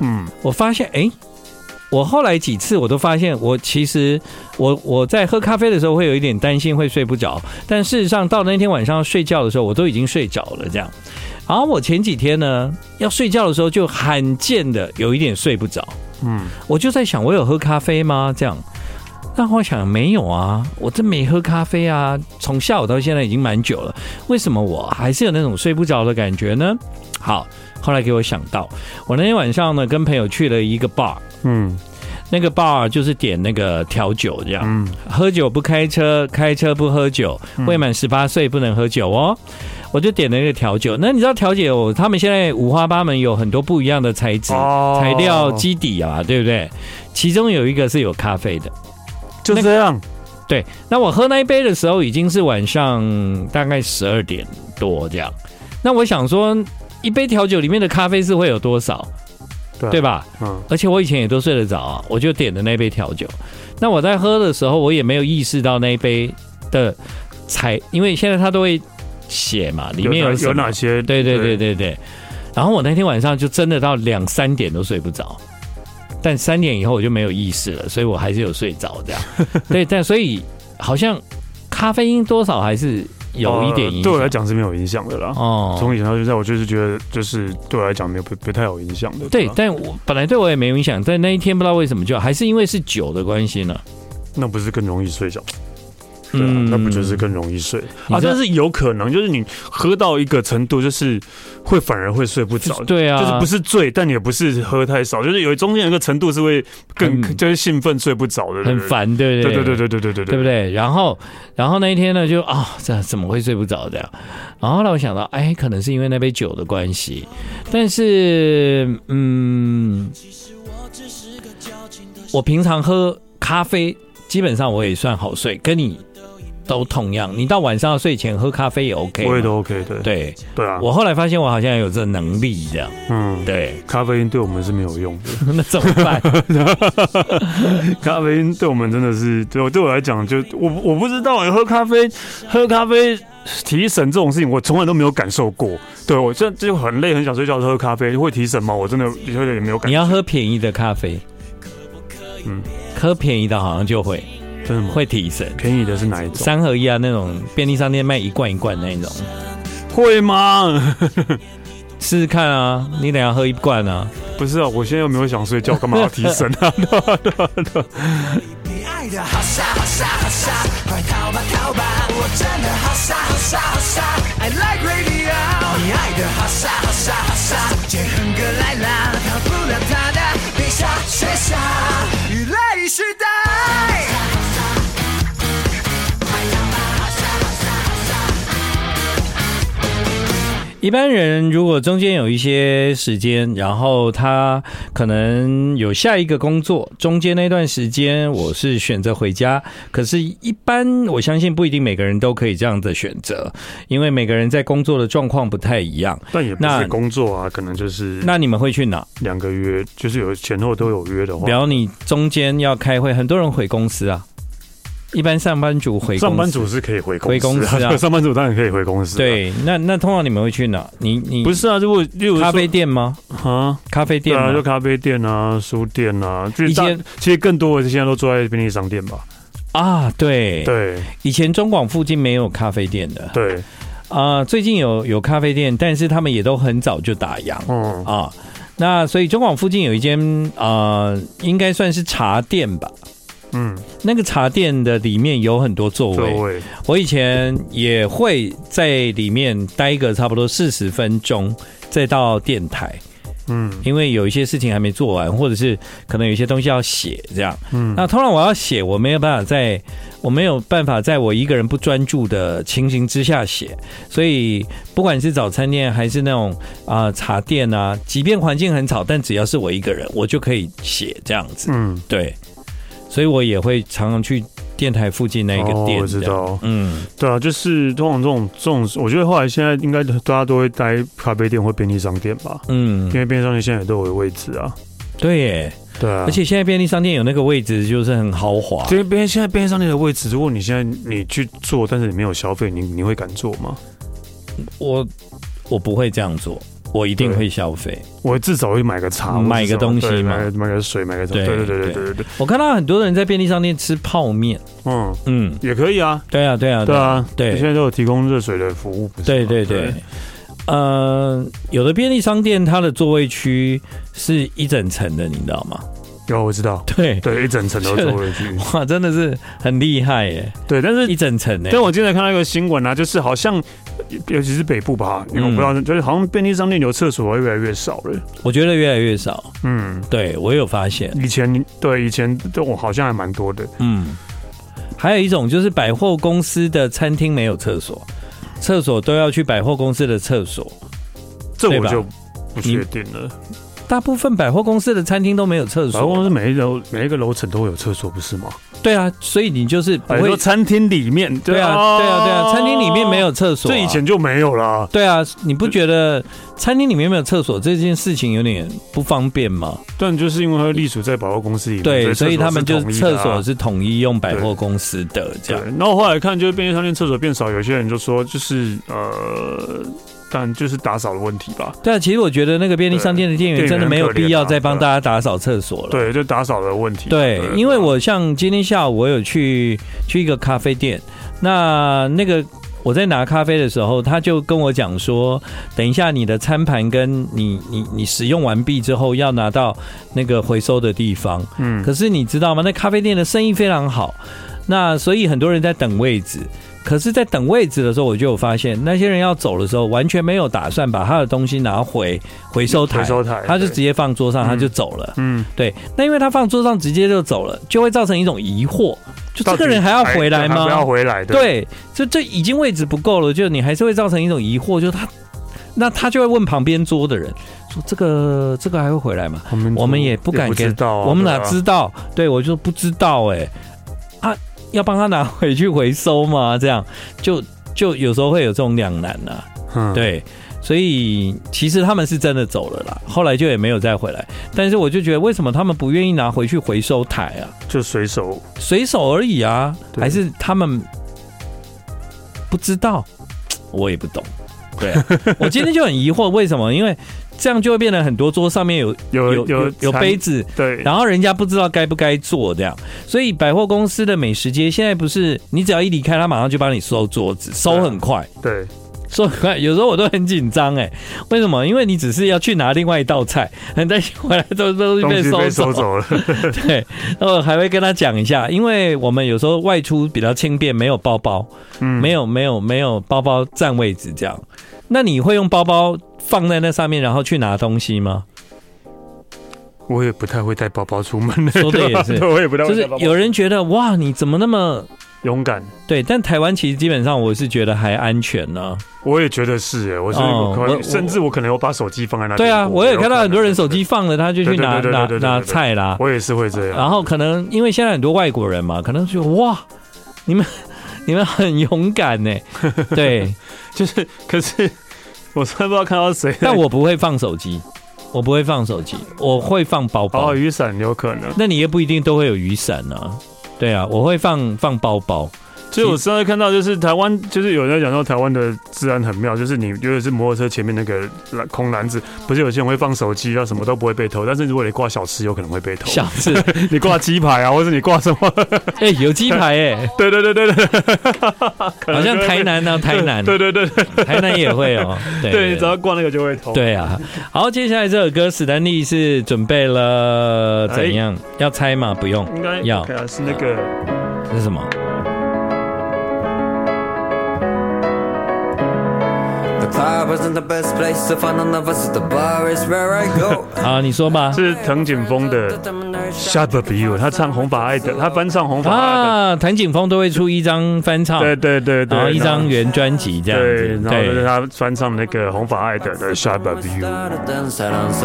[SPEAKER 2] 嗯，
[SPEAKER 1] 我发现，诶，我后来几次我都发现，我其实我我在喝咖啡的时候会有一点担心会睡不着，但事实上到那天晚上睡觉的时候，我都已经睡着了这样。然后我前几天呢要睡觉的时候，就罕见的有一点睡不着。
[SPEAKER 2] 嗯，
[SPEAKER 1] 我就在想，我有喝咖啡吗？这样。那我想没有啊，我真没喝咖啡啊，从下午到现在已经蛮久了，为什么我还是有那种睡不着的感觉呢？好，后来给我想到，我那天晚上呢跟朋友去了一个 bar，
[SPEAKER 2] 嗯
[SPEAKER 1] 那个 bar 就是点那个调酒这样，
[SPEAKER 2] 嗯，
[SPEAKER 1] 喝酒不开车，开车不喝酒，未满十八岁不能喝酒哦。我就点了一个调酒，那你知道调酒他们现在五花八门，有很多不一样的材质、
[SPEAKER 2] 哦
[SPEAKER 1] 材料基底啊，对不对？其中有一个是有咖啡的。
[SPEAKER 2] 就这样，
[SPEAKER 1] 对，那我喝那一杯的时候已经是晚上大概十二点多这样。那我想说，一杯调酒里面的咖啡是会有多少，
[SPEAKER 2] 对
[SPEAKER 1] 对？吧？
[SPEAKER 2] 嗯
[SPEAKER 1] 而且我以前也都睡得着啊，我就点的那杯调酒。那我在喝的时候，我也没有意识到那一杯的材，因为现在它都会写嘛，里面有
[SPEAKER 2] 哪
[SPEAKER 1] 什
[SPEAKER 2] 有
[SPEAKER 1] 么
[SPEAKER 2] 哪？些？
[SPEAKER 1] 对对对对对。然后我那天晚上就真的到两三点都睡不着，但三点以后我就没有意识了，所以我还是有睡着这样。 对，但所以好像咖啡因多少还是有一点影响。
[SPEAKER 2] 呃对我来讲是没有影响的啦。
[SPEAKER 1] 哦
[SPEAKER 2] 从以前到现在，我就是觉得，就是对我来讲没有不不太有影响的。
[SPEAKER 1] 对
[SPEAKER 2] 吧，
[SPEAKER 1] 但我本来对我也没有影响，但那一天不知道为什么就还是因为是酒的关系呢。
[SPEAKER 2] 那不是更容易睡着？对啊
[SPEAKER 1] 嗯
[SPEAKER 2] 那不就是更容易睡
[SPEAKER 1] 你
[SPEAKER 2] 啊？
[SPEAKER 1] 知道
[SPEAKER 2] 但是有可能就是你喝到一个程度，就是会反而会睡不着
[SPEAKER 1] 就是，对啊
[SPEAKER 2] 就是不是醉，但也不是喝太少，就是有中间有一个程度是会更
[SPEAKER 1] 嗯
[SPEAKER 2] 就是兴奋睡不着的，
[SPEAKER 1] 很
[SPEAKER 2] 对。
[SPEAKER 1] 烦，对不对？
[SPEAKER 2] 对对对对对对对
[SPEAKER 1] 对不
[SPEAKER 2] 对，
[SPEAKER 1] 对？然后，然后那一天呢，就啊、这怎么会睡不着这样？然后后来我想到，哎，可能是因为那杯酒的关系，但是，嗯，我平常喝咖啡，基本上我也算好睡，跟你都同样。你到晚上睡前喝咖啡也 OK，
[SPEAKER 2] 我也
[SPEAKER 1] 嘛
[SPEAKER 2] 都 OK，对
[SPEAKER 1] 对。
[SPEAKER 2] 对啊，
[SPEAKER 1] 我后来发现我好像有这能力这样，
[SPEAKER 2] 嗯，
[SPEAKER 1] 对，
[SPEAKER 2] 咖啡因对我们是没有用的，
[SPEAKER 1] 那怎么办？
[SPEAKER 2] 咖啡因对我们真的是，对我对我来讲，就我我不知道、欸，喝咖啡，喝咖啡提神这种事情，我从来都没有感受过。对我这就很累，很想睡觉，喝咖啡会提神吗？我真的有点没有感
[SPEAKER 1] 你要喝便宜的咖啡，
[SPEAKER 2] 嗯
[SPEAKER 1] 喝便宜的好像就会
[SPEAKER 2] 真的吗？
[SPEAKER 1] 会提神。
[SPEAKER 2] 便宜的是哪一种？
[SPEAKER 1] 三合一啊那种便利商店卖一罐一罐那一种，
[SPEAKER 2] 会吗？
[SPEAKER 1] 试试看啊，你等一下喝一罐啊，
[SPEAKER 2] 不是啊，我现在又没有想睡觉，干嘛要提神 啊？对啊对啊对啊
[SPEAKER 5] 你爱的好傻好傻好傻，快逃吧逃吧，我真的好傻好傻好傻，I like radio。你爱的好傻好傻好傻，杰亨哥来啦，逃不了他的别傻学傻，娱乐一时代。
[SPEAKER 1] 一般人如果中间有一些时间，然后他可能有下一个工作，中间那段时间我是选择回家，可是，一般我相信不一定每个人都可以这样的选择，因为每个人在工作的状况不太一样。
[SPEAKER 2] 但也不
[SPEAKER 1] 那
[SPEAKER 2] 是工作啊，可能就是
[SPEAKER 1] 那你们会去哪？
[SPEAKER 2] 两个月，就是有前后都有约的话
[SPEAKER 1] 比，方你中间要开会，很多人回公司啊，一般上班族回公司
[SPEAKER 2] 上班族是可以回公司、
[SPEAKER 1] 回公司啊
[SPEAKER 2] 上班族当然可以回公司、，啊
[SPEAKER 1] 对，那那通常你们会去哪？你你
[SPEAKER 2] 不是啊，如果例如说
[SPEAKER 1] 咖啡店吗？
[SPEAKER 2] 啊。
[SPEAKER 1] 咖啡
[SPEAKER 2] 对
[SPEAKER 1] 店
[SPEAKER 2] 啊，就
[SPEAKER 1] 吗？
[SPEAKER 2] 咖啡店啊、书店啊，就是
[SPEAKER 1] 以
[SPEAKER 2] 大
[SPEAKER 1] 前
[SPEAKER 2] 其实更多的是现在都坐在便利商店吧。
[SPEAKER 1] 啊，对，
[SPEAKER 2] 对
[SPEAKER 1] 以前中广附近没有咖啡店的
[SPEAKER 2] 对，
[SPEAKER 1] 啊、最近有有咖啡店，但是他们也都很早就打烊
[SPEAKER 2] 嗯，
[SPEAKER 1] 啊。那所以中广附近有一间呃，应该算是茶店吧。
[SPEAKER 2] 嗯，
[SPEAKER 1] 那个茶店的里面有很多座
[SPEAKER 2] 座
[SPEAKER 1] 位，
[SPEAKER 2] 位，
[SPEAKER 1] 我以前也会在里面待个差不多四十分钟，再到电台。
[SPEAKER 2] 嗯
[SPEAKER 1] 因为有一些事情还没做完，或者是可能有一些东西要写，这样。
[SPEAKER 2] 嗯，
[SPEAKER 1] 那通常我要写，我没有办法在，我没有办法在我一个人不专注的情形之下写，所以不管是早餐店还是那种啊、茶店啊，即便环境很吵，但只要是我一个人，我就可以写这样子。
[SPEAKER 2] 嗯，
[SPEAKER 1] 对，所以我也会常常去电台附近那一个
[SPEAKER 2] 哦
[SPEAKER 1] 店、
[SPEAKER 2] 我知
[SPEAKER 1] 这样。
[SPEAKER 2] 道，
[SPEAKER 1] 嗯，
[SPEAKER 2] 对啊，就是通常这种这种，我觉得后来现在应该大家都会待咖啡店或便利商店吧，
[SPEAKER 1] 嗯
[SPEAKER 2] 因，为便利商店现在也都有位置啊，
[SPEAKER 1] 对耶，
[SPEAKER 2] 对啊，
[SPEAKER 1] 而且现在便利商店有那个位置，就是很豪华。
[SPEAKER 2] 这边现在便利商店的位置，如果你现在你去做，但是你没有消费，你你会敢做吗？
[SPEAKER 1] 我我不会这样做，我一定会消费。
[SPEAKER 2] 我至少会买个茶，
[SPEAKER 1] 买
[SPEAKER 2] 或者
[SPEAKER 1] 个东西
[SPEAKER 2] 什么
[SPEAKER 1] 嘛
[SPEAKER 2] 对买个买个水，买个什么？
[SPEAKER 1] 对
[SPEAKER 2] 对对对对
[SPEAKER 1] 对
[SPEAKER 2] 对对，
[SPEAKER 1] 我看到很多人在便利商店吃泡面，
[SPEAKER 2] 嗯，
[SPEAKER 1] 嗯，
[SPEAKER 2] 也可以啊，
[SPEAKER 1] 对啊，对啊，
[SPEAKER 2] 对，啊，
[SPEAKER 1] 对
[SPEAKER 2] 现在都有提供热水的服务，不是
[SPEAKER 1] 对
[SPEAKER 2] 吗
[SPEAKER 1] 对对，，呃，有的便利商店它的座位区是一整层的，你知道吗？
[SPEAKER 2] 有我知道，
[SPEAKER 1] 对，
[SPEAKER 2] 对，一整层都坐回去，
[SPEAKER 1] 哇，真的 是很厉害耶，
[SPEAKER 2] 对，但是
[SPEAKER 1] 一整层呢。
[SPEAKER 2] 但我经常看到一个新闻啊，就是好像尤其是北部吧，因为我不知
[SPEAKER 1] 嗯
[SPEAKER 2] 道，就是好像便利商店有厕所越来越少了，
[SPEAKER 1] 我觉得越来越少，
[SPEAKER 2] 嗯。
[SPEAKER 1] 对我有发现，
[SPEAKER 2] 以前对以前对我好像还蛮多的，
[SPEAKER 1] 嗯，还有一种就是百货公司的餐厅没有厕所，厕所都要去百货公司的厕所，
[SPEAKER 2] 这
[SPEAKER 1] 对
[SPEAKER 2] 我
[SPEAKER 1] 吧
[SPEAKER 2] 就不确定了。
[SPEAKER 1] 大部分百货公司的餐厅都没有厕所，
[SPEAKER 2] 百货公司每一楼每一个楼层都有厕所，不是吗？
[SPEAKER 1] 对啊，所以你就是不
[SPEAKER 2] 很
[SPEAKER 1] 会
[SPEAKER 2] 多餐厅里面，
[SPEAKER 1] 对啊，对啊，对啊，餐厅里面没，有厕所、啊
[SPEAKER 2] 这以前。就没有啦。
[SPEAKER 1] 对啊，你不觉得餐厅里面没有厕所这件事情有点不方便吗？
[SPEAKER 2] 但就是因为它隶属在百货公司里面，
[SPEAKER 1] 对，所
[SPEAKER 2] 所
[SPEAKER 1] 以
[SPEAKER 2] 以
[SPEAKER 1] 他们就
[SPEAKER 2] 厕所
[SPEAKER 1] 是厕所
[SPEAKER 2] 是统一的啊
[SPEAKER 1] 是统一用百货公司的这
[SPEAKER 2] 对
[SPEAKER 1] 样。，
[SPEAKER 2] 然后后来看就是便利商店厕所变少，有些人就说就是呃，但就是打扫的问题吧。
[SPEAKER 1] 对啊，其实我觉得那个便利商店的店员
[SPEAKER 2] 对
[SPEAKER 1] 真的没有必要
[SPEAKER 2] 店员很可怜啊
[SPEAKER 1] 再帮大家打扫厕所了。
[SPEAKER 2] 对，就打扫的问题。
[SPEAKER 1] 对，因
[SPEAKER 2] 啊
[SPEAKER 1] 为我像今天下午我有去去一个咖啡店，那那个我在拿咖啡的时候，他就跟我讲说，等一下你的餐盘跟你你你使用完毕之后要拿到那个回收的地方。
[SPEAKER 2] 嗯
[SPEAKER 1] 可是你知道吗？那咖啡店的生意非常好。那所以很多人在等位置，可是，在等位置的时候，我就有发现，那些人要走的时候，完全没有打算把他的东西拿回回收台，
[SPEAKER 2] 回收台
[SPEAKER 1] 他就
[SPEAKER 2] 对
[SPEAKER 1] 直接放桌上，他就走了。
[SPEAKER 2] 嗯，
[SPEAKER 1] 对，那因为他放桌上直接就走了，就会造成一种疑惑：就这个人还要回来
[SPEAKER 2] 还
[SPEAKER 1] 吗？
[SPEAKER 2] 不要回来，对，
[SPEAKER 1] 对，就这已经位置不够了，就你还是会造成一种疑惑，就他，那他就会问旁边桌的人说：“这个这个还会回来吗？”
[SPEAKER 2] 我们
[SPEAKER 1] 我们也不敢
[SPEAKER 2] 知
[SPEAKER 1] 跟，
[SPEAKER 2] 道啊，
[SPEAKER 1] 我们哪
[SPEAKER 2] 对啊
[SPEAKER 1] 知道？对我就不知道哎、啊，要帮他拿回去回收吗？这样就就有时候会有这种两难呐、啊。
[SPEAKER 2] 嗯
[SPEAKER 1] 对，所以其实他们是真的走了啦，后来就也没有再回来。但是我就觉得，为什么他们不愿意拿回去回收台啊？
[SPEAKER 2] 就随手
[SPEAKER 1] 随手而已啊，
[SPEAKER 2] 对
[SPEAKER 1] 还是他们不知道？我也不懂。对、啊，我今天就很疑惑，为什么？因为这样就会变得很多桌上面有
[SPEAKER 2] 有
[SPEAKER 1] 有
[SPEAKER 2] 有
[SPEAKER 1] 有有杯，子，
[SPEAKER 2] 对，
[SPEAKER 1] 然后人家不知道该不该做这样，所以百货公司的美食街现在不是你只要一离开，他马上就帮你收桌子，收很快，
[SPEAKER 2] 对，
[SPEAKER 1] 收很快。有时候我都很紧张哎，为什么？因为你只是要去拿另外一道菜， 很担心回来都都是
[SPEAKER 2] 东
[SPEAKER 1] 被
[SPEAKER 2] 西
[SPEAKER 1] 收
[SPEAKER 2] 被
[SPEAKER 1] 走
[SPEAKER 2] 收。 走了，
[SPEAKER 1] 对，然后还会跟他讲一下，因为我们有时候外出比较轻便，没有包包，
[SPEAKER 2] 嗯
[SPEAKER 1] 没有没有没有包包占位置这样。那你会用包包放在那上面，然后去拿东西吗？
[SPEAKER 2] 我也不太会带包包出门，
[SPEAKER 1] 说得也是
[SPEAKER 2] 对我也不太
[SPEAKER 1] 就
[SPEAKER 2] 会
[SPEAKER 1] 是
[SPEAKER 2] 带包包
[SPEAKER 1] 有人觉得哇，你怎么那么
[SPEAKER 2] 勇敢，
[SPEAKER 1] 对？但台湾其实基本上我是觉得还安全呢、
[SPEAKER 2] 我也觉得是耶，我是我
[SPEAKER 1] 哦
[SPEAKER 2] 可
[SPEAKER 1] 我
[SPEAKER 2] 能甚至我可能有把手机放在那边过，
[SPEAKER 1] 对啊，我也看到很多人手
[SPEAKER 2] 有可能，
[SPEAKER 1] 机放了，他就去拿
[SPEAKER 2] 对对对对
[SPEAKER 1] 拿
[SPEAKER 2] 对对对
[SPEAKER 1] 拿
[SPEAKER 2] 对对
[SPEAKER 1] 菜 啦。
[SPEAKER 2] 我也是会这样，
[SPEAKER 1] 然后可能因为现在很多外国人嘛，可能就哇，你们你们很勇敢 呢。对，
[SPEAKER 2] 就是可是我真的不知道看到谁，
[SPEAKER 1] 但我不会放手机，我不会放手机，我会放包包
[SPEAKER 2] 哦。雨伞有可能，
[SPEAKER 1] 那你也不一定都会有雨伞啊。对啊，我会放放包
[SPEAKER 2] 哦
[SPEAKER 1] 包。
[SPEAKER 2] 所以我上次看到就是台湾，就是有人在讲到台湾的治安很妙，就是你尤其是摩托车前面那个篮空篮子，不是有些人会放手机啊，什么都不会被偷，但是如果你挂小吃，有可能会被 偷。
[SPEAKER 1] 小子，
[SPEAKER 2] 你挂鸡排啊，或者你挂什么？
[SPEAKER 1] 哎、有鸡排哎、
[SPEAKER 2] 对对对对对， 可能
[SPEAKER 1] 好像
[SPEAKER 2] 就会被
[SPEAKER 1] 台。南呢、啊，台南，
[SPEAKER 2] 对对对对，
[SPEAKER 1] 台南也会 哦、对
[SPEAKER 2] 对你只要挂那个就会偷。，
[SPEAKER 1] 对啊，好，接下来这首歌史丹利是准备了怎样？要猜吗？不用，
[SPEAKER 2] 哎应该
[SPEAKER 1] 要
[SPEAKER 2] OK 啊，是那个
[SPEAKER 1] 这是什么？
[SPEAKER 7] The club isn't the best place to find another, so the bar is where I go.
[SPEAKER 1] 啊，你说吧。
[SPEAKER 2] 是藤井风的《Shut Up You》，他唱红发爱的，他翻唱红发爱的。
[SPEAKER 1] 啊，谭景峰都会出一张翻唱，
[SPEAKER 2] 对对对
[SPEAKER 1] 然后
[SPEAKER 2] 对，
[SPEAKER 1] 一张原专辑这样
[SPEAKER 2] 对，
[SPEAKER 1] 子。
[SPEAKER 2] 然后就是他翻唱那个红发爱的的《Shut Up You》。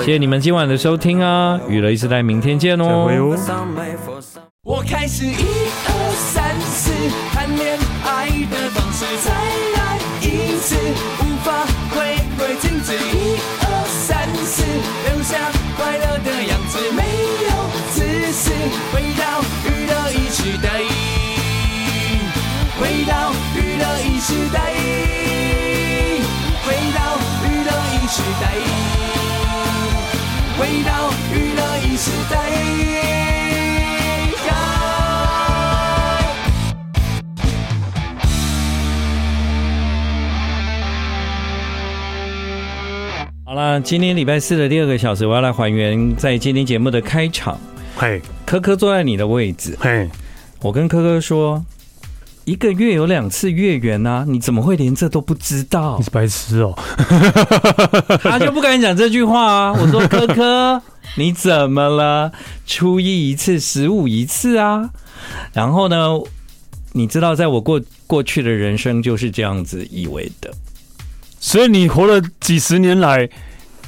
[SPEAKER 1] 谢谢你们今晚的收听啊，娱乐一时代，明天见哦。
[SPEAKER 2] 哎呦
[SPEAKER 5] 我开始一二三四谈恋爱的方式，再来一次，无法回归静止。一二三四，留下快乐的样子，没有自私，回到娱乐一时代，回到娱乐一时代，回到娱乐一时代，回到娱乐一时代。
[SPEAKER 1] 好啦，今天礼拜四的第二个小时，我要来还原在今天节目的开场。
[SPEAKER 2] 嘿，
[SPEAKER 1] 科科坐在你的位置，
[SPEAKER 2] 嘿，
[SPEAKER 1] 我跟科科说，一个月有两次月圆啊，你怎么会连这都不知道
[SPEAKER 2] 你？是白痴哦、
[SPEAKER 1] 他就不敢讲这句话啊。我说科科，你怎么了？初一一次，十五一次啊。然后呢，你知道，在我过过去的人生就是这样子以为的。
[SPEAKER 2] 所以你活了几十年来，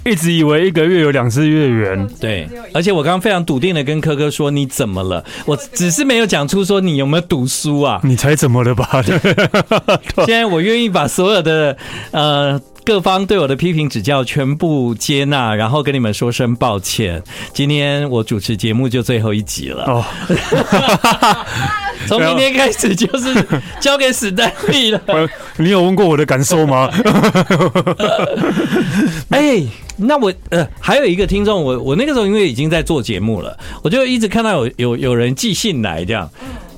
[SPEAKER 2] 一直以为一个月有两次月圆，
[SPEAKER 1] 对，而且我刚刚非常笃定的跟科科说你怎么了，我只是没有讲出说你有没有读书 啊。
[SPEAKER 2] 你才怎么了吧？
[SPEAKER 1] 现在我愿意把所有的呃各方对我的批评指教全部接纳，然后跟你们说声抱歉。今天我主持节目就最后一集了，
[SPEAKER 2] 哦，
[SPEAKER 1] 从明天开始就是交给史丹利了。
[SPEAKER 2] 我你有问过我的感受 吗？
[SPEAKER 1] 哎，那我呃还有一个听众，我我那个时候因为已经在做节目了，我就一直看到有有有人寄信来这样，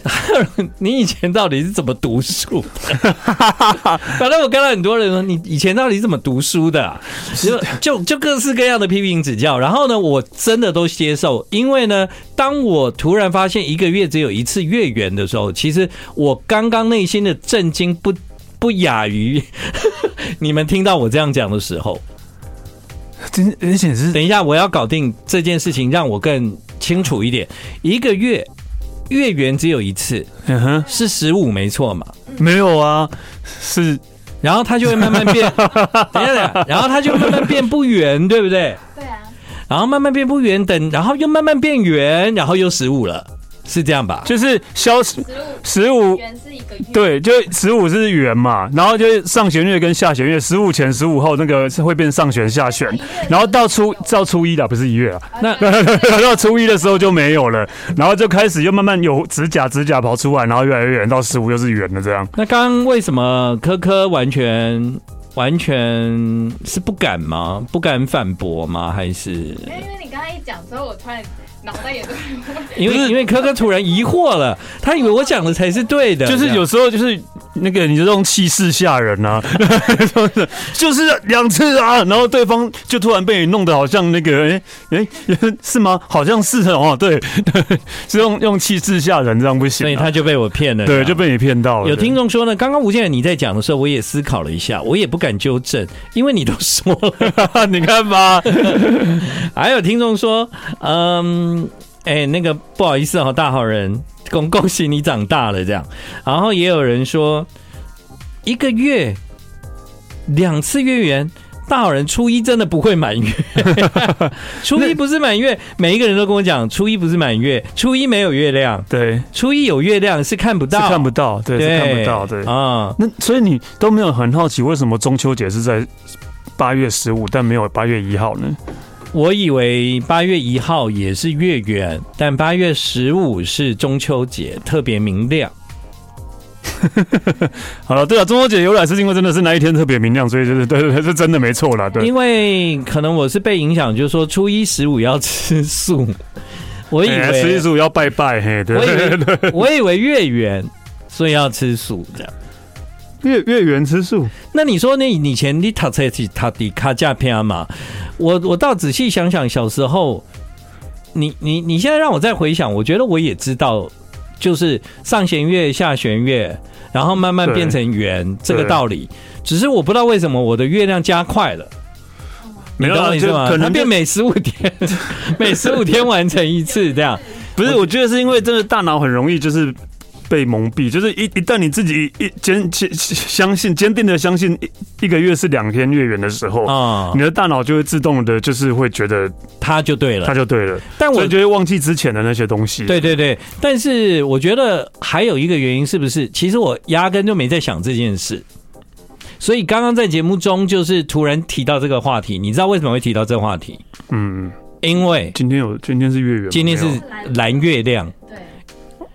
[SPEAKER 1] 你以前到底是怎么读书的？反正我看到很多人说，你以前到底是怎么读书的啊、就就就各式各样的批评指教。然后呢，我真的都接受，因为呢，当我突然发现一个月只有一次月圆的时候，其实我刚刚内心的震惊不不亚于 你们听到我这样讲的时候。
[SPEAKER 2] 真而且是
[SPEAKER 1] 等一下，我要搞定这件事情，让我更清楚一点。一个月月圆只有一次，
[SPEAKER 2] 嗯哼，
[SPEAKER 1] 是十五没错嘛？
[SPEAKER 2] 没有啊，是
[SPEAKER 1] 然后它就会慢慢 变，等一下，等一下然后它就慢慢变不圆，对不对？
[SPEAKER 3] 对啊，
[SPEAKER 1] 然后慢慢变不圆，等然后又慢慢变圆，然后又十五了，是这样吧？
[SPEAKER 2] 就是消
[SPEAKER 3] 十五
[SPEAKER 2] 十五
[SPEAKER 3] 元是一个月，
[SPEAKER 2] 对，就十五是圆嘛，然后就是上弦月跟下弦月，十五前十五后那个是会变上弦下弦，然后到初到初一的不是一月啊，
[SPEAKER 1] 那
[SPEAKER 2] 到初一的时候就没有了，然后就开始又慢慢有指甲指甲跑出来，然后越来越远，到十五又是圆的这样。
[SPEAKER 1] 那刚刚为什么科科完全完全是不敢吗？不敢反驳吗？还是
[SPEAKER 3] 没有因为你刚才一讲之后，我突然脑袋也都
[SPEAKER 1] 因为因为科科突然疑惑了，他以为我讲的才是对的，
[SPEAKER 2] 就是
[SPEAKER 1] 这样
[SPEAKER 2] 有时候就是那个你就用气势吓人呐、啊， 就是两次啊，然后对方就突然被你弄得好像那个哎哎、是吗？好像是哦，对， 是用用气势吓人，这样不行、啊。
[SPEAKER 1] 所以他就被我骗了，
[SPEAKER 2] 对就被你骗到了。
[SPEAKER 1] 有听众说呢，刚刚吴建仁你在讲的时候，我也思考了一下，我也不敢纠正，因为你都说了。
[SPEAKER 2] 众， 你看吧，
[SPEAKER 1] 还有听众说，嗯，哎、那个不好意思哦，大好人，恭恭喜你长大了这样。然后也有人说，一个月两次月圆。大好人初一真的不会 满月，初一不是满月，每一个人都跟我讲，初一不是满月，初一没有月亮，
[SPEAKER 2] 对，是
[SPEAKER 1] 初一有月亮是看不到，
[SPEAKER 2] 看不到，对，是看不到，对。
[SPEAKER 1] 啊、
[SPEAKER 2] 那所以你都没有很好奇，为什么中秋节是在八月十五，但没有八月一号呢？
[SPEAKER 1] 我以为八月一号也是月圆，但八月十五是中秋节，特别明亮。
[SPEAKER 2] 好了，对啊，中秋节由来是因为真的是那一天特别明亮，所以就是对对对，是真的没错啦，对。
[SPEAKER 1] 因为可能我是被影响，就是说初一十五要吃素，我以
[SPEAKER 2] 哎十一
[SPEAKER 1] 为
[SPEAKER 2] 十五要拜拜，嘿，对
[SPEAKER 1] 我以为
[SPEAKER 2] 对对。
[SPEAKER 1] 我以为月圆，所以要吃素这样。
[SPEAKER 2] 月 月圆吃素，
[SPEAKER 1] 那你说你以前你塔车去塔迪卡架片嘛？我我倒仔细想想，小时候，你你你现在让我再回想，我觉得我也知道，就是上弦月、下弦月，然后慢慢
[SPEAKER 2] 对
[SPEAKER 1] 变成圆这个
[SPEAKER 2] 对
[SPEAKER 1] 道理。只是我不知道为什么我的月亮加快了。你
[SPEAKER 2] 没有
[SPEAKER 1] 懂
[SPEAKER 2] 啊
[SPEAKER 1] 我意思
[SPEAKER 2] 就
[SPEAKER 1] 吗？
[SPEAKER 2] 可能
[SPEAKER 1] 它变
[SPEAKER 2] 就
[SPEAKER 1] 每十五天， 每十五天完成一次这样。
[SPEAKER 2] 不是？我觉得是因为真的大脑很容易就是被蒙蔽，就是一一旦你自己一坚坚相信坚定的相信一一个月是两天月圆的时候，
[SPEAKER 1] 啊、
[SPEAKER 2] 你的大脑就会自动的，就是会觉得
[SPEAKER 1] 它就对
[SPEAKER 2] 它
[SPEAKER 1] 了。
[SPEAKER 2] 就对了，
[SPEAKER 1] 但
[SPEAKER 2] 所
[SPEAKER 1] 我
[SPEAKER 2] 以就会忘记之前的那些东西。
[SPEAKER 1] 对对对，但是我觉得还有一个原因是不是？其实我压根就没在想这件事，所以刚刚在节目中就是突然提到这个话题，你知道为什么会提到这个话题？
[SPEAKER 2] 嗯，
[SPEAKER 1] 因为
[SPEAKER 2] 今天有今天是月圆吗，
[SPEAKER 1] 今天是
[SPEAKER 2] 没有
[SPEAKER 1] 蓝月亮，
[SPEAKER 3] 对，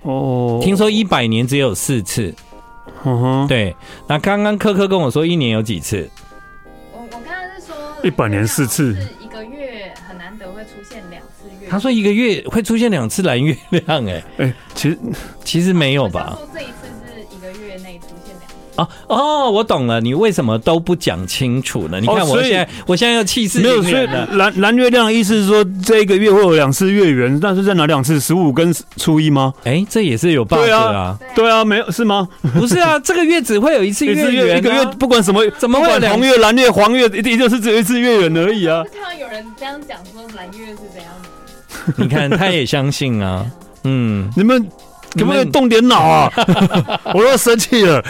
[SPEAKER 2] 哦，
[SPEAKER 1] 听说一百年只有四次。
[SPEAKER 2] 嗯哼，
[SPEAKER 1] 对，那刚刚科科跟我说一年有几次，
[SPEAKER 3] 我我刚刚是说
[SPEAKER 2] 100年四次
[SPEAKER 3] 是一个月很难得会出现两次月，
[SPEAKER 1] 他说一个月会出现两次蓝月亮、哎，
[SPEAKER 2] 哎，其实
[SPEAKER 1] 其实没有
[SPEAKER 3] 我想
[SPEAKER 1] 吧？
[SPEAKER 3] 说这一次是一个月内出现两次，
[SPEAKER 1] 啊哦，我懂了，你为什么都不讲清楚呢？你看
[SPEAKER 2] 哦
[SPEAKER 1] 我
[SPEAKER 2] 所以
[SPEAKER 1] 现在，我现在要气势
[SPEAKER 2] 没有，
[SPEAKER 1] 凌
[SPEAKER 2] 所以
[SPEAKER 1] 人了。
[SPEAKER 2] 蓝蓝月亮的意思是说，这个月会有两次月圆，但是在哪两次？十五跟初一吗？
[SPEAKER 1] 哎、这也是有 bug
[SPEAKER 2] 对
[SPEAKER 1] 啊
[SPEAKER 2] 啊，对啊，没有是吗？
[SPEAKER 1] 不是啊，这个月只会有一次
[SPEAKER 2] 一次
[SPEAKER 1] 月
[SPEAKER 2] 月、
[SPEAKER 1] 圆、啊，
[SPEAKER 2] 一个月，不管什么，
[SPEAKER 1] 怎么会啊
[SPEAKER 2] 不
[SPEAKER 1] 有
[SPEAKER 2] 管
[SPEAKER 1] 两
[SPEAKER 2] 红月、蓝月、黄月，一定就是只有一次月圆而已啊
[SPEAKER 3] 我。看到有人这样讲说蓝月是怎样的，
[SPEAKER 1] 你看他也相信啊，嗯，
[SPEAKER 2] 你们可不可以动点脑 啊？我都生气了。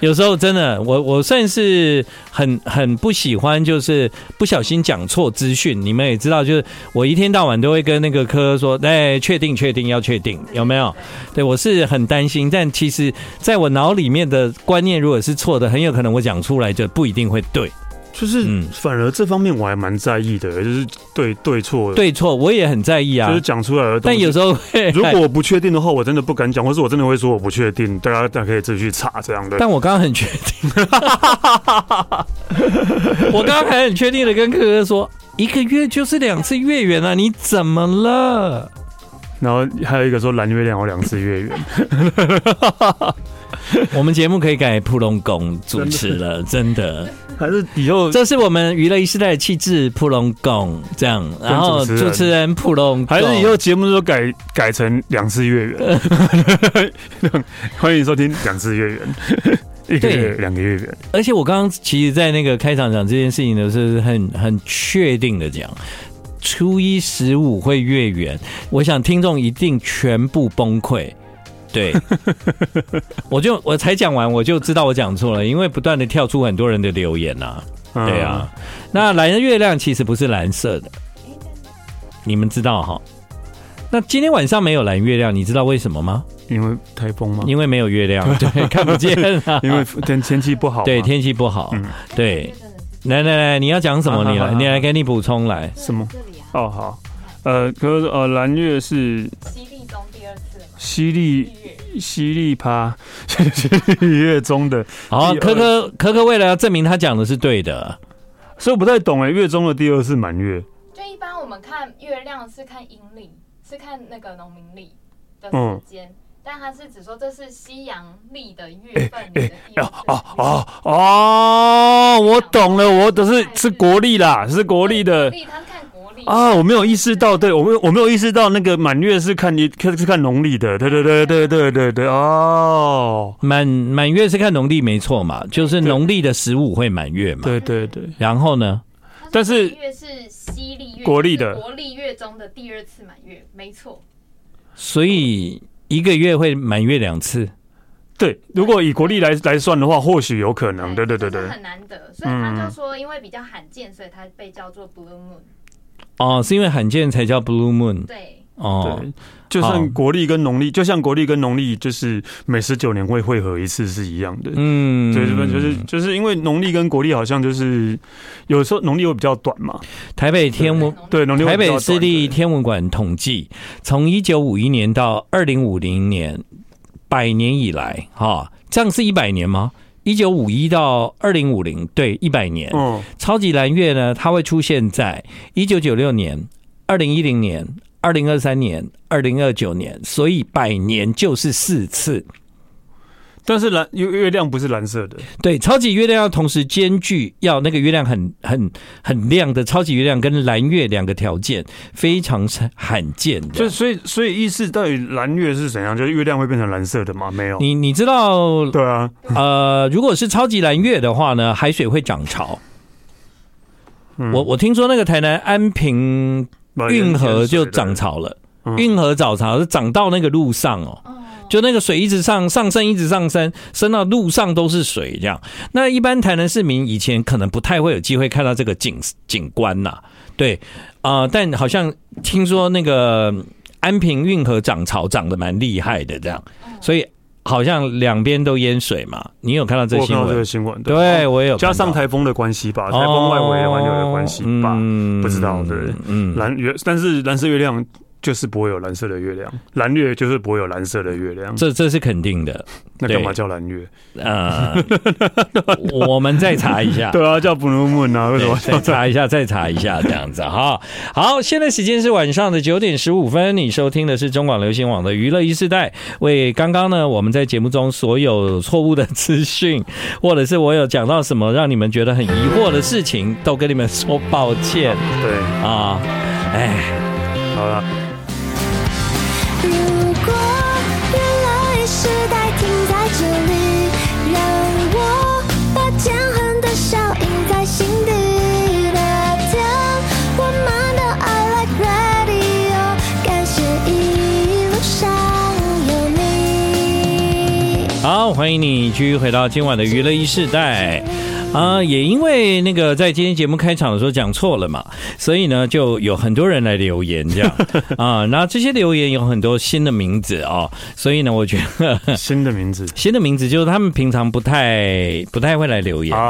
[SPEAKER 1] 有时候真的，我我算是很很不喜欢，就是不小心讲错资讯。你们也知道，就是我一天到晚都会跟那个科说，哎，确定确定要确定，有没有？对我是很担心，但其实在我脑里面的观念如果是错的，很有可能我讲出来就不一定会对。
[SPEAKER 2] 就是
[SPEAKER 1] 嗯
[SPEAKER 2] 反而这方面我还蛮在意的，欸就是对对错，
[SPEAKER 1] 对错我也很在意
[SPEAKER 2] 就
[SPEAKER 1] 啊
[SPEAKER 2] 是，讲出来的东
[SPEAKER 1] 但
[SPEAKER 2] 西。
[SPEAKER 1] 有时候会
[SPEAKER 2] 如果我不确定的话，我真的不敢讲，或是我真的会说我不确定，大家大家可以自己去查这样的。
[SPEAKER 1] 但我刚刚很确定， 我刚刚还很确定的跟哥哥说，一个月就是两次月圆啊，你怎么了？
[SPEAKER 2] 然后还有一个说蓝月亮有两次 月圆，
[SPEAKER 1] 我们节目可以改普龙宫主持 了，真的，
[SPEAKER 2] 还是以后
[SPEAKER 1] 这是我们娱乐一时代的气质，普龙宫这样，然后
[SPEAKER 2] 主持人
[SPEAKER 1] 主持人普龙宫，
[SPEAKER 2] 还是以后节目都改改成两次 月圆。欢迎收听两次 月圆，一个月
[SPEAKER 1] 对
[SPEAKER 2] 两个月圆，
[SPEAKER 1] 而且我刚刚其实，在那个开场讲这件事情的时候，是很很确定的讲，初一十五会月圆，我想听众一定全部崩溃。 对，我就我才讲完，我就知道我讲错了，因为不断的跳出很多人的留言呐、
[SPEAKER 2] 嗯
[SPEAKER 1] 对啊，，那蓝月亮其实不是蓝色的，你们知道哈？那今天晚上没有蓝月亮，你知道为什么吗？
[SPEAKER 2] 因为台风嘛，
[SPEAKER 1] 因为没有月亮，对，看不见啊。
[SPEAKER 2] 因为天天气不好嘛，
[SPEAKER 1] 对天气不好，
[SPEAKER 2] 嗯
[SPEAKER 1] 对。
[SPEAKER 3] 真的是
[SPEAKER 1] 来来来，你要讲什么？
[SPEAKER 2] 啊
[SPEAKER 1] 你
[SPEAKER 2] 好
[SPEAKER 1] 来，
[SPEAKER 2] 好
[SPEAKER 1] 你来
[SPEAKER 2] 好
[SPEAKER 1] 给你补充来。
[SPEAKER 2] 什么
[SPEAKER 3] 这里啊，
[SPEAKER 2] 哦好，呃，可是呃蓝月是
[SPEAKER 3] 犀利中第二次了嘛，
[SPEAKER 2] 犀
[SPEAKER 3] 一
[SPEAKER 2] 利
[SPEAKER 3] 月
[SPEAKER 2] 犀利趴， 一月中的，
[SPEAKER 1] 好，
[SPEAKER 2] 第二
[SPEAKER 1] 可可可可为了要证明他讲的是对的，
[SPEAKER 2] 所以我不太懂哎，月中的第二是满月，
[SPEAKER 3] 就一般我们看月亮是看阴历，是看那个农民历的时间，但它是只说这是西洋历的月份里的第一
[SPEAKER 2] 哎
[SPEAKER 3] 次
[SPEAKER 2] 哦哦哦，我懂了，我只是是国历啦，是国历的
[SPEAKER 3] 国。历它是看国历
[SPEAKER 2] 啊，我没有意识到，对我没有我没有意识到那个满月是看你看是看农历的，对对对对对对对哦，
[SPEAKER 1] 满满月是看农历没错嘛，就是农历的十五会满月嘛。
[SPEAKER 2] 对对对，
[SPEAKER 1] 然后呢，
[SPEAKER 3] 它
[SPEAKER 2] 但
[SPEAKER 3] 说
[SPEAKER 2] 是
[SPEAKER 3] 满月是西历月，
[SPEAKER 2] 国历的
[SPEAKER 3] 就是国历月中的第二次满月，没错。
[SPEAKER 1] 所以一个月会满月两次。
[SPEAKER 2] 对，如果以国历来来算的话，或许有可嗯能，对对对
[SPEAKER 3] 就
[SPEAKER 2] 对嗯
[SPEAKER 3] 哎是，很难得，所以他就说，因为比较罕见，所以它被叫做 blue moon。
[SPEAKER 1] 哦，是因为罕见才叫 Blue Moon
[SPEAKER 3] 对，
[SPEAKER 1] 哦
[SPEAKER 2] 对，就像国历跟农历，就像国历跟农历就是每十九年会汇合一次是一样的，
[SPEAKER 1] 嗯，
[SPEAKER 2] 对，就是就是就是因为农历跟国历好像就是有时候农历会比较短嘛，
[SPEAKER 1] 台北天文
[SPEAKER 3] 农
[SPEAKER 2] 对，农历会
[SPEAKER 1] 台
[SPEAKER 2] 比较
[SPEAKER 1] 北
[SPEAKER 2] 短
[SPEAKER 1] 市立天文馆统计，从一九五一年到二零五零年，百年以来，哈、这样是一百年吗？一九五一到二零五零，对，一百年
[SPEAKER 2] 对。嗯
[SPEAKER 1] 超级蓝月呢，它会出现在一九九六年、二零一零年、二零二三年、二零二九年，所以百年就是四次。
[SPEAKER 2] 但是蓝月月亮不是蓝色的，
[SPEAKER 1] 对，超级月亮要同时兼具要那个月亮很很很亮的超级月亮跟蓝月两个条件，非常罕见的。
[SPEAKER 2] 就所以所以意思到底蓝月是怎样？就是月亮会变成蓝色的吗？没有，
[SPEAKER 1] 你你知道，
[SPEAKER 2] 对啊，
[SPEAKER 1] 呃，如果是超级蓝月的话呢，海水会涨潮。我我听说那个台南安平
[SPEAKER 2] 把
[SPEAKER 1] 运河
[SPEAKER 2] 盐
[SPEAKER 1] 就
[SPEAKER 2] 水的
[SPEAKER 1] 涨，潮了，
[SPEAKER 2] 嗯
[SPEAKER 1] 运河涨潮是涨到那个路上哦。就那个水一直上上升，一直上升，升到路上都是水这样。那一般台南市民以前可能不太会有机会看到这个景景观呐、对啊、呃但好像听说那个安平运河涨潮涨得蛮厉害的这样，所以好像两边都淹水嘛。你有看到这
[SPEAKER 2] 我有
[SPEAKER 1] 新
[SPEAKER 2] 看到这
[SPEAKER 1] 闻
[SPEAKER 2] 个？新闻，
[SPEAKER 1] 对，啊我也有看
[SPEAKER 2] 加
[SPEAKER 1] 到
[SPEAKER 2] 上台风的关系吧，台风外围的环流的关系吧，
[SPEAKER 1] 嗯
[SPEAKER 2] 不知道对。
[SPEAKER 1] 嗯，
[SPEAKER 2] 蓝月，但是蓝色月亮就是不会有蓝色的月亮，蓝月就是不会有蓝色的月亮，
[SPEAKER 1] 这这是肯定的。
[SPEAKER 2] 那干嘛
[SPEAKER 1] 对
[SPEAKER 2] 叫蓝月？
[SPEAKER 1] 呃，我们再查一下。
[SPEAKER 2] 对啊，叫 blue moon 啊，为什么
[SPEAKER 1] 对再查一下，再查一下，这样子哈。好，现在时间是晚上的九点十五分，你收听的是中广流行网的娱乐一世代。为刚刚呢，我们在节目中所有错误的资讯，或者是我有讲到什么让你们觉得很疑惑的事情，都跟你们说抱歉
[SPEAKER 2] 对，
[SPEAKER 1] 啊。哎，
[SPEAKER 2] 好 了，
[SPEAKER 4] 如果原来时代停在这里，让我把骄横的笑印在心底。But tell 我们的 I like radio，感谢一路上有你。
[SPEAKER 1] 好，欢迎你继续回到今晚的娱乐一世代。啊，也因为那个在今天节目开场的时候讲错了嘛，所以呢就有很多人来留言这样啊，那这些留言有很多新的名字哦，所以呢，我觉得
[SPEAKER 2] 新的名字
[SPEAKER 1] 新的名字就是他们平常不太不太会来留言。
[SPEAKER 2] 啊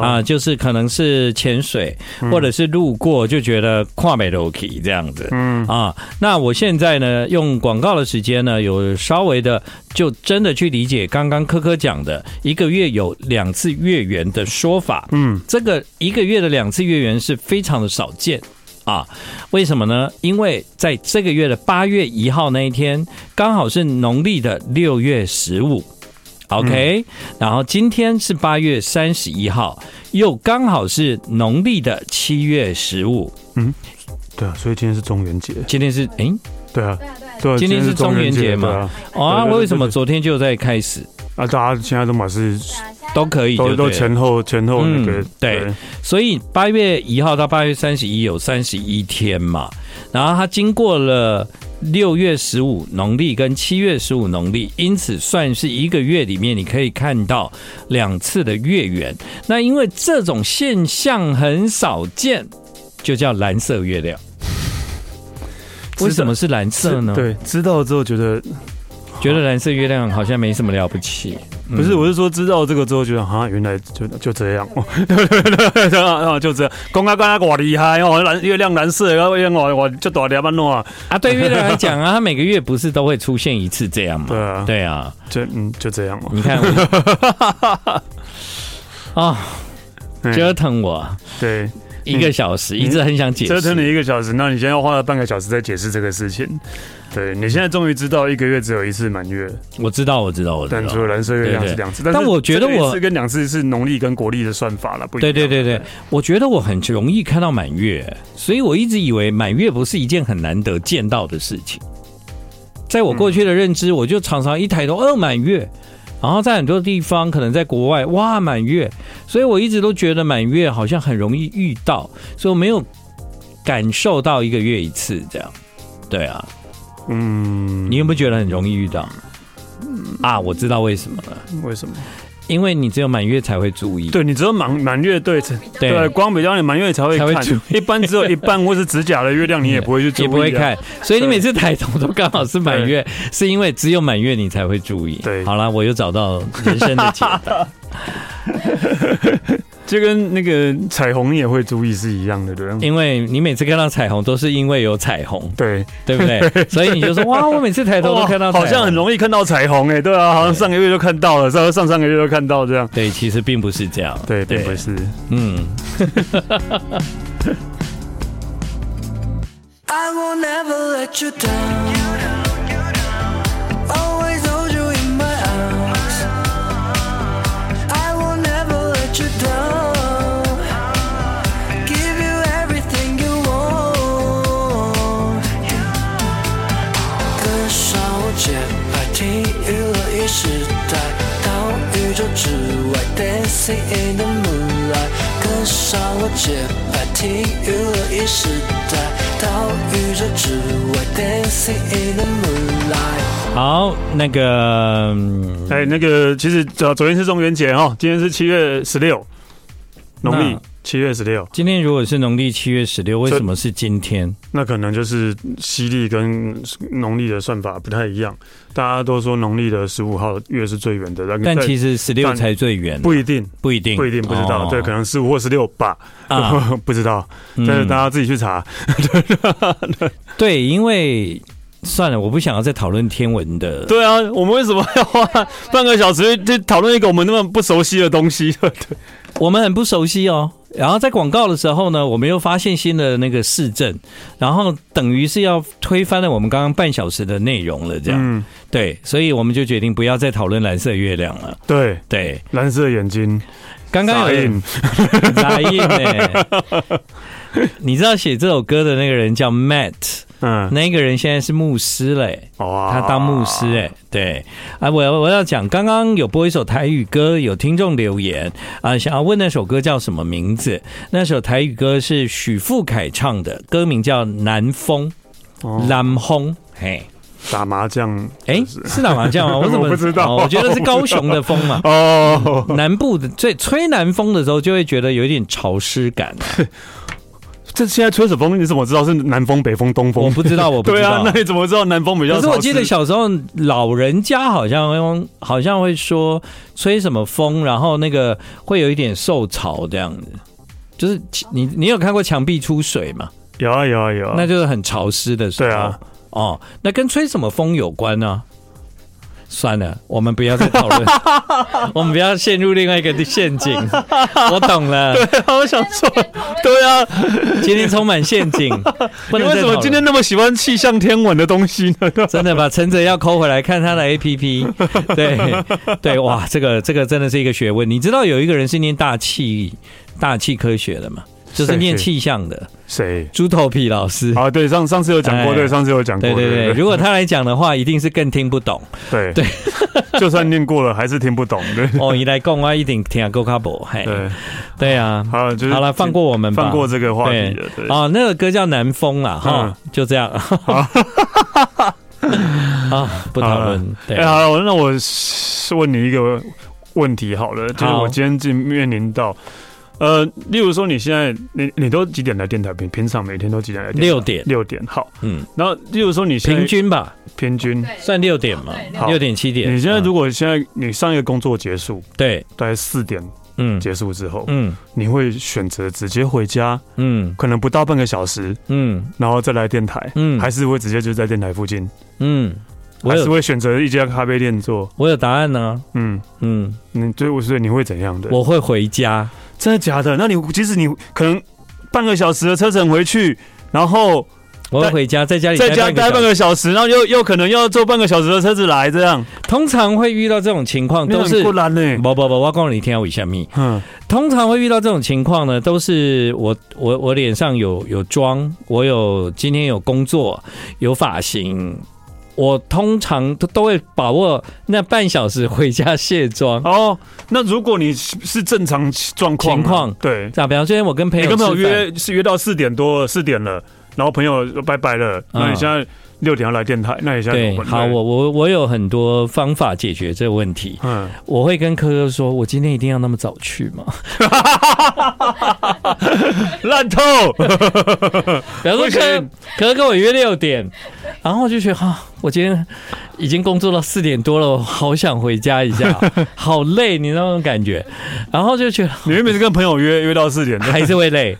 [SPEAKER 1] 啊，就是可能是潜水，或者是路过就觉得跨美楼梯这样子，嗯啊，那我现在呢，用广告的时间呢，有稍微的就真的去理解刚刚科科讲的一个月有两次月圆的说法，
[SPEAKER 2] 嗯，
[SPEAKER 1] 这个一个月的两次月圆是非常的少见。啊。为什么呢？因为在这个月的八月一号那一天，刚好是农历的六月十五。OK，、然
[SPEAKER 2] 嗯
[SPEAKER 1] 后今天是八月三十一号，又刚好是农历的七月十五。
[SPEAKER 2] 对啊，所以今天是中元节，
[SPEAKER 1] 今天是诶，
[SPEAKER 2] 对啊，
[SPEAKER 3] 对啊对啊，
[SPEAKER 2] 对啊，
[SPEAKER 1] 今天是中元节嘛
[SPEAKER 2] 对啊
[SPEAKER 1] 哦啊，
[SPEAKER 2] 对对对
[SPEAKER 1] 为什么
[SPEAKER 2] 对
[SPEAKER 1] 昨天就在开始？
[SPEAKER 2] 啊，大家现在都满是
[SPEAKER 3] 对啊，现在
[SPEAKER 1] 都可以就
[SPEAKER 2] 都
[SPEAKER 1] 对
[SPEAKER 2] 都
[SPEAKER 1] 了
[SPEAKER 2] 前后前后那个
[SPEAKER 1] 嗯对所以八月一号到八月三十一有三十一天嘛，然后它经过了六月十五农历跟七月十五农历，因此算是一个月里面你可以看到两次的月圆。那因为这种现象很少见，就叫蓝色月亮。为什么是蓝色呢？
[SPEAKER 2] 对，知道之后觉得
[SPEAKER 1] 觉得蓝色月亮好像没什么了不起。
[SPEAKER 2] 不是，我是说知道这个之后觉得啊，原来就就这样， 哦对对对对，啊就这样。公开刚才我厉害哦，蓝月亮蓝色，然后月亮我我就打两半弄啊，
[SPEAKER 1] 啊，对月亮来讲啊，它每个月不是都会出现一次这样吗？
[SPEAKER 2] 对啊，
[SPEAKER 1] 对啊，
[SPEAKER 2] 就嗯就这样嘛。
[SPEAKER 1] 你看我， 啊、
[SPEAKER 2] 嗯
[SPEAKER 1] 折腾我
[SPEAKER 2] 对，
[SPEAKER 1] 一个小时，
[SPEAKER 2] 嗯
[SPEAKER 1] 一直很想解
[SPEAKER 2] 折腾
[SPEAKER 1] 释。
[SPEAKER 2] 你一个小时，那你现在要花了半个小时在解释这个事情。对你现在终于知道一个月只有一次满月，
[SPEAKER 1] 我知道，我知道，我知
[SPEAKER 2] 但除
[SPEAKER 1] 道。
[SPEAKER 2] 了蓝色月
[SPEAKER 1] 啊
[SPEAKER 2] 亮
[SPEAKER 1] 对对
[SPEAKER 2] 是两次，
[SPEAKER 1] 但
[SPEAKER 2] 是
[SPEAKER 1] 我觉得
[SPEAKER 2] 这个一
[SPEAKER 1] 我
[SPEAKER 2] 次跟两次是农历跟国历的算法了，不一
[SPEAKER 1] 对
[SPEAKER 2] 样。
[SPEAKER 1] 对对对，我觉得我很容易看到满月，所以我一直以为满月不是一件很难得见到的事情。在我过去的认知，我就常常一抬头，哦，满月。然后在很多地方，可能在国外，哇，满月，所以我一直都觉得满月好像很容易遇到，所以我没有感受到一个月一次这样。对啊，
[SPEAKER 2] 嗯，
[SPEAKER 1] 你有没有觉得很容易遇到？啊，我知道为什么了，
[SPEAKER 2] 为什么？
[SPEAKER 1] 因为你只有满月才会注意。
[SPEAKER 2] 对你只有满满月对才
[SPEAKER 1] 对
[SPEAKER 2] 对，啊光比较你满月才会
[SPEAKER 1] 才会
[SPEAKER 2] 看
[SPEAKER 1] 注，
[SPEAKER 2] 一般只有一半或是指甲的月亮，你也不会去注意、
[SPEAKER 1] 也
[SPEAKER 2] 啊，
[SPEAKER 1] 不会。看，所以你每次抬头都刚好是满月，是因为只有满月你才会注意。
[SPEAKER 2] 对
[SPEAKER 1] 好啦，我又找到人生的解 答。
[SPEAKER 2] 就跟那个彩虹你也会注意是一样的，对不对？
[SPEAKER 1] 因为你每次看到彩虹都是因为有彩虹，
[SPEAKER 2] 对，哦
[SPEAKER 1] 对不对？所以你就说 哇，我每次抬头都看到彩
[SPEAKER 2] 好
[SPEAKER 1] 虹，
[SPEAKER 2] 像很容易看到彩虹哎、对啊，好像上个月就看到了，上上上个月就看到这样，
[SPEAKER 1] 对，其实并不是这样。
[SPEAKER 2] 对，并不是。
[SPEAKER 1] 嗯。
[SPEAKER 6] I will never let you down. Always hold you in my arms. I will never let you down. Give you everything you want. 跟上我节拍，听娱乐一时代，到宇宙之外，Dancing in the moonlight。跟上我节拍，听娱乐一时代，到宇宙之外，Dancing in the moonlight。
[SPEAKER 1] 好，那个嗯
[SPEAKER 2] 哎、那个其实呃昨昨天是中元节哈，今天是七月十六，农历
[SPEAKER 1] 那
[SPEAKER 2] 七月十六，
[SPEAKER 1] 今天如果是农历七月十六，为
[SPEAKER 2] 这
[SPEAKER 1] 什么是今天？
[SPEAKER 2] 那可能就是西历跟农历的算法不太一样。大家都说农历的十五号月是最圆的，
[SPEAKER 1] 但其
[SPEAKER 2] 实嗯
[SPEAKER 1] 实十六
[SPEAKER 2] 但
[SPEAKER 1] 才最远，
[SPEAKER 2] 不一定，
[SPEAKER 1] 不一定，
[SPEAKER 2] 不一定不知道，
[SPEAKER 1] 哦
[SPEAKER 2] 对，可能十五或十六吧，
[SPEAKER 1] 啊，
[SPEAKER 2] 不知道，
[SPEAKER 1] 嗯
[SPEAKER 2] 但是大家自己去查。
[SPEAKER 1] 对，因为算了，我不想要再讨论天文的。
[SPEAKER 2] 对啊，我们为什么要花半个小时去讨论一个我们那么不熟悉的东西？ 对，
[SPEAKER 1] 我们很不熟悉哦。然后在广告的时候呢，我们又发现新的那个市政，然后等于是要推翻了我们刚刚半小时的内容了，这样、
[SPEAKER 2] 嗯，
[SPEAKER 1] 对，所以我们就决定不要再讨论蓝色月亮了。
[SPEAKER 2] 对，
[SPEAKER 1] 对，
[SPEAKER 2] 蓝色眼睛，
[SPEAKER 1] 刚刚有
[SPEAKER 2] 傻
[SPEAKER 1] 人
[SPEAKER 2] 眼，
[SPEAKER 1] 杂音呢， 你知道写这首歌的那个人叫 Matt，
[SPEAKER 2] 嗯，
[SPEAKER 1] 那个人现在是牧师嘞、
[SPEAKER 2] 哇
[SPEAKER 1] 他当牧师哎、对啊，我要我要讲，刚刚有播一首台语歌，有听众留言啊，想要问那首歌叫什么名字？那首台语歌是许富凯唱的，歌名叫《南风》，
[SPEAKER 2] 哦
[SPEAKER 1] 南风，嘿，
[SPEAKER 2] 打麻将，
[SPEAKER 1] 哎、是打麻将吗？我怎么
[SPEAKER 2] 我不知道。
[SPEAKER 1] 哦我觉得是高雄的风嘛
[SPEAKER 2] 哦，
[SPEAKER 1] 南部的最吹南风的时候，就会觉得有一点潮湿感。
[SPEAKER 2] 这现在吹什么风？你怎么知道是南风、北风、东风？
[SPEAKER 1] 我不知道，我不知
[SPEAKER 2] 对啊
[SPEAKER 1] 道，
[SPEAKER 2] 那。你怎么知道南风比较
[SPEAKER 1] 可
[SPEAKER 2] 潮
[SPEAKER 1] 是
[SPEAKER 2] 湿？
[SPEAKER 1] 我记得小时候老人家好像会用好像会说吹什么风，然后那个会有一点受潮这样子。就是你你有看过墙壁出水嘛？
[SPEAKER 2] 有啊有啊有啊，
[SPEAKER 1] 那就是很潮湿的时候。
[SPEAKER 2] 对啊。
[SPEAKER 1] 哦，那跟吹什么风有关呢、算了，我们不要再讨 论，我们不要陷入另外一个陷阱。我懂 了，
[SPEAKER 2] 啊，我想说
[SPEAKER 3] 在那边讨，论
[SPEAKER 2] 对啊，
[SPEAKER 1] 今天充满陷阱，不
[SPEAKER 2] 你
[SPEAKER 1] 能
[SPEAKER 2] 为
[SPEAKER 1] 再
[SPEAKER 2] 什
[SPEAKER 1] 讨
[SPEAKER 2] 么
[SPEAKER 1] 论
[SPEAKER 2] 今天那么喜欢气象天文的东西呢？
[SPEAKER 1] 真的把陈哲要抠回来看他的 A P P，对对，哇，这个这个真的是一个学问。你知道有一个人是念大气大气科学的吗？就是
[SPEAKER 2] 谁
[SPEAKER 1] 念
[SPEAKER 2] 谁
[SPEAKER 1] 气象的
[SPEAKER 2] 谁？
[SPEAKER 1] 猪头皮老师。
[SPEAKER 2] 啊，对，上上次有讲过，
[SPEAKER 1] 哎
[SPEAKER 2] 对，上次有讲过，
[SPEAKER 1] 对对对，
[SPEAKER 2] 对
[SPEAKER 1] 如果他来讲的话，一定是更听不 懂。
[SPEAKER 2] 对对， 就算念过了，还是听不懂，对
[SPEAKER 1] 哦，你来讲我一定听够卡博，嘿，
[SPEAKER 2] 对。
[SPEAKER 1] 对啊，
[SPEAKER 2] 好了，就是
[SPEAKER 1] 好了，放过我们吧，
[SPEAKER 2] 放过这个话题了，对，嗯
[SPEAKER 1] 哦，那个歌叫《南风》啦，哈，就这样。 啊，不讨论。对
[SPEAKER 2] 哎，，好了，我那我问你一个问题好了，就是
[SPEAKER 1] 好
[SPEAKER 2] 我今天就面临到，呃，例如说你现在你你都几点来电台？平平常每天都几点来电台？
[SPEAKER 1] 六点
[SPEAKER 2] 六点好。
[SPEAKER 1] 嗯，
[SPEAKER 2] 然后例如说你现在
[SPEAKER 1] 平均吧，
[SPEAKER 2] 平均，
[SPEAKER 3] 对，
[SPEAKER 1] 算六点嘛
[SPEAKER 3] 对，
[SPEAKER 2] 好
[SPEAKER 1] 六点七点。
[SPEAKER 2] 你现在
[SPEAKER 1] 嗯
[SPEAKER 2] 如果现在你上一个工作结束，
[SPEAKER 1] 对，
[SPEAKER 2] 大概四点
[SPEAKER 1] 嗯
[SPEAKER 2] 结束之后，
[SPEAKER 1] 嗯
[SPEAKER 2] 你会选择直接回家，
[SPEAKER 1] 嗯
[SPEAKER 2] 可能不到半个小时，
[SPEAKER 1] 嗯
[SPEAKER 2] 然后再来电台，
[SPEAKER 1] 嗯
[SPEAKER 2] 还是会直接就在电台附近，
[SPEAKER 1] 嗯，我
[SPEAKER 2] 还是
[SPEAKER 1] 有
[SPEAKER 2] 会选择一家咖啡店做，
[SPEAKER 1] 我有答案呢。
[SPEAKER 2] 嗯。
[SPEAKER 1] 嗯，
[SPEAKER 2] 嗯，对，我所以你会怎样的？
[SPEAKER 1] 我会回家。
[SPEAKER 2] 真的假的？那你即使你可能半个小时的车程回去，然后
[SPEAKER 1] 我会回家，在家里
[SPEAKER 2] 在家待
[SPEAKER 1] 哎半
[SPEAKER 2] 半
[SPEAKER 1] 个小时。
[SPEAKER 2] 个小时，然后又又可能要坐半个小时的车子来，这样
[SPEAKER 1] 通常会遇到这种情况，都
[SPEAKER 2] 那很
[SPEAKER 1] 是
[SPEAKER 2] 不然呢。
[SPEAKER 1] 不不不，我告诉你，听我一下咪。
[SPEAKER 2] 嗯，
[SPEAKER 1] 通常会遇到这种情况呢，都是我我我脸上有有妆，我有今天有工作，有发型，我通常都都会把握那半小时回家卸妆。
[SPEAKER 2] 哦，那如果你是是正常状况啊，
[SPEAKER 1] 情况
[SPEAKER 2] 对，
[SPEAKER 1] 咋、比方说，我跟朋
[SPEAKER 2] 你
[SPEAKER 1] 友
[SPEAKER 2] 跟朋友
[SPEAKER 1] 吃饭
[SPEAKER 2] 约是约到四点多了，四点了，然后朋友拜拜了，那你现在六点要来电台，那你现在怎
[SPEAKER 1] 对
[SPEAKER 2] 么，办
[SPEAKER 1] 好，我我我有很多方法解决这个问题。
[SPEAKER 2] 嗯，
[SPEAKER 1] 我会跟科科说，我今天一定要那么早去吗？
[SPEAKER 2] 烂透，
[SPEAKER 1] 比方说
[SPEAKER 2] 不
[SPEAKER 1] 科
[SPEAKER 2] 行
[SPEAKER 1] 科科跟我约六点，然后我就觉得哈、啊，我今天已经工作到四点多了，我好想回家一下，好累，你那种感觉，然后就觉得
[SPEAKER 2] 你原本是跟朋友约约到四点 的，
[SPEAKER 1] 还是会累，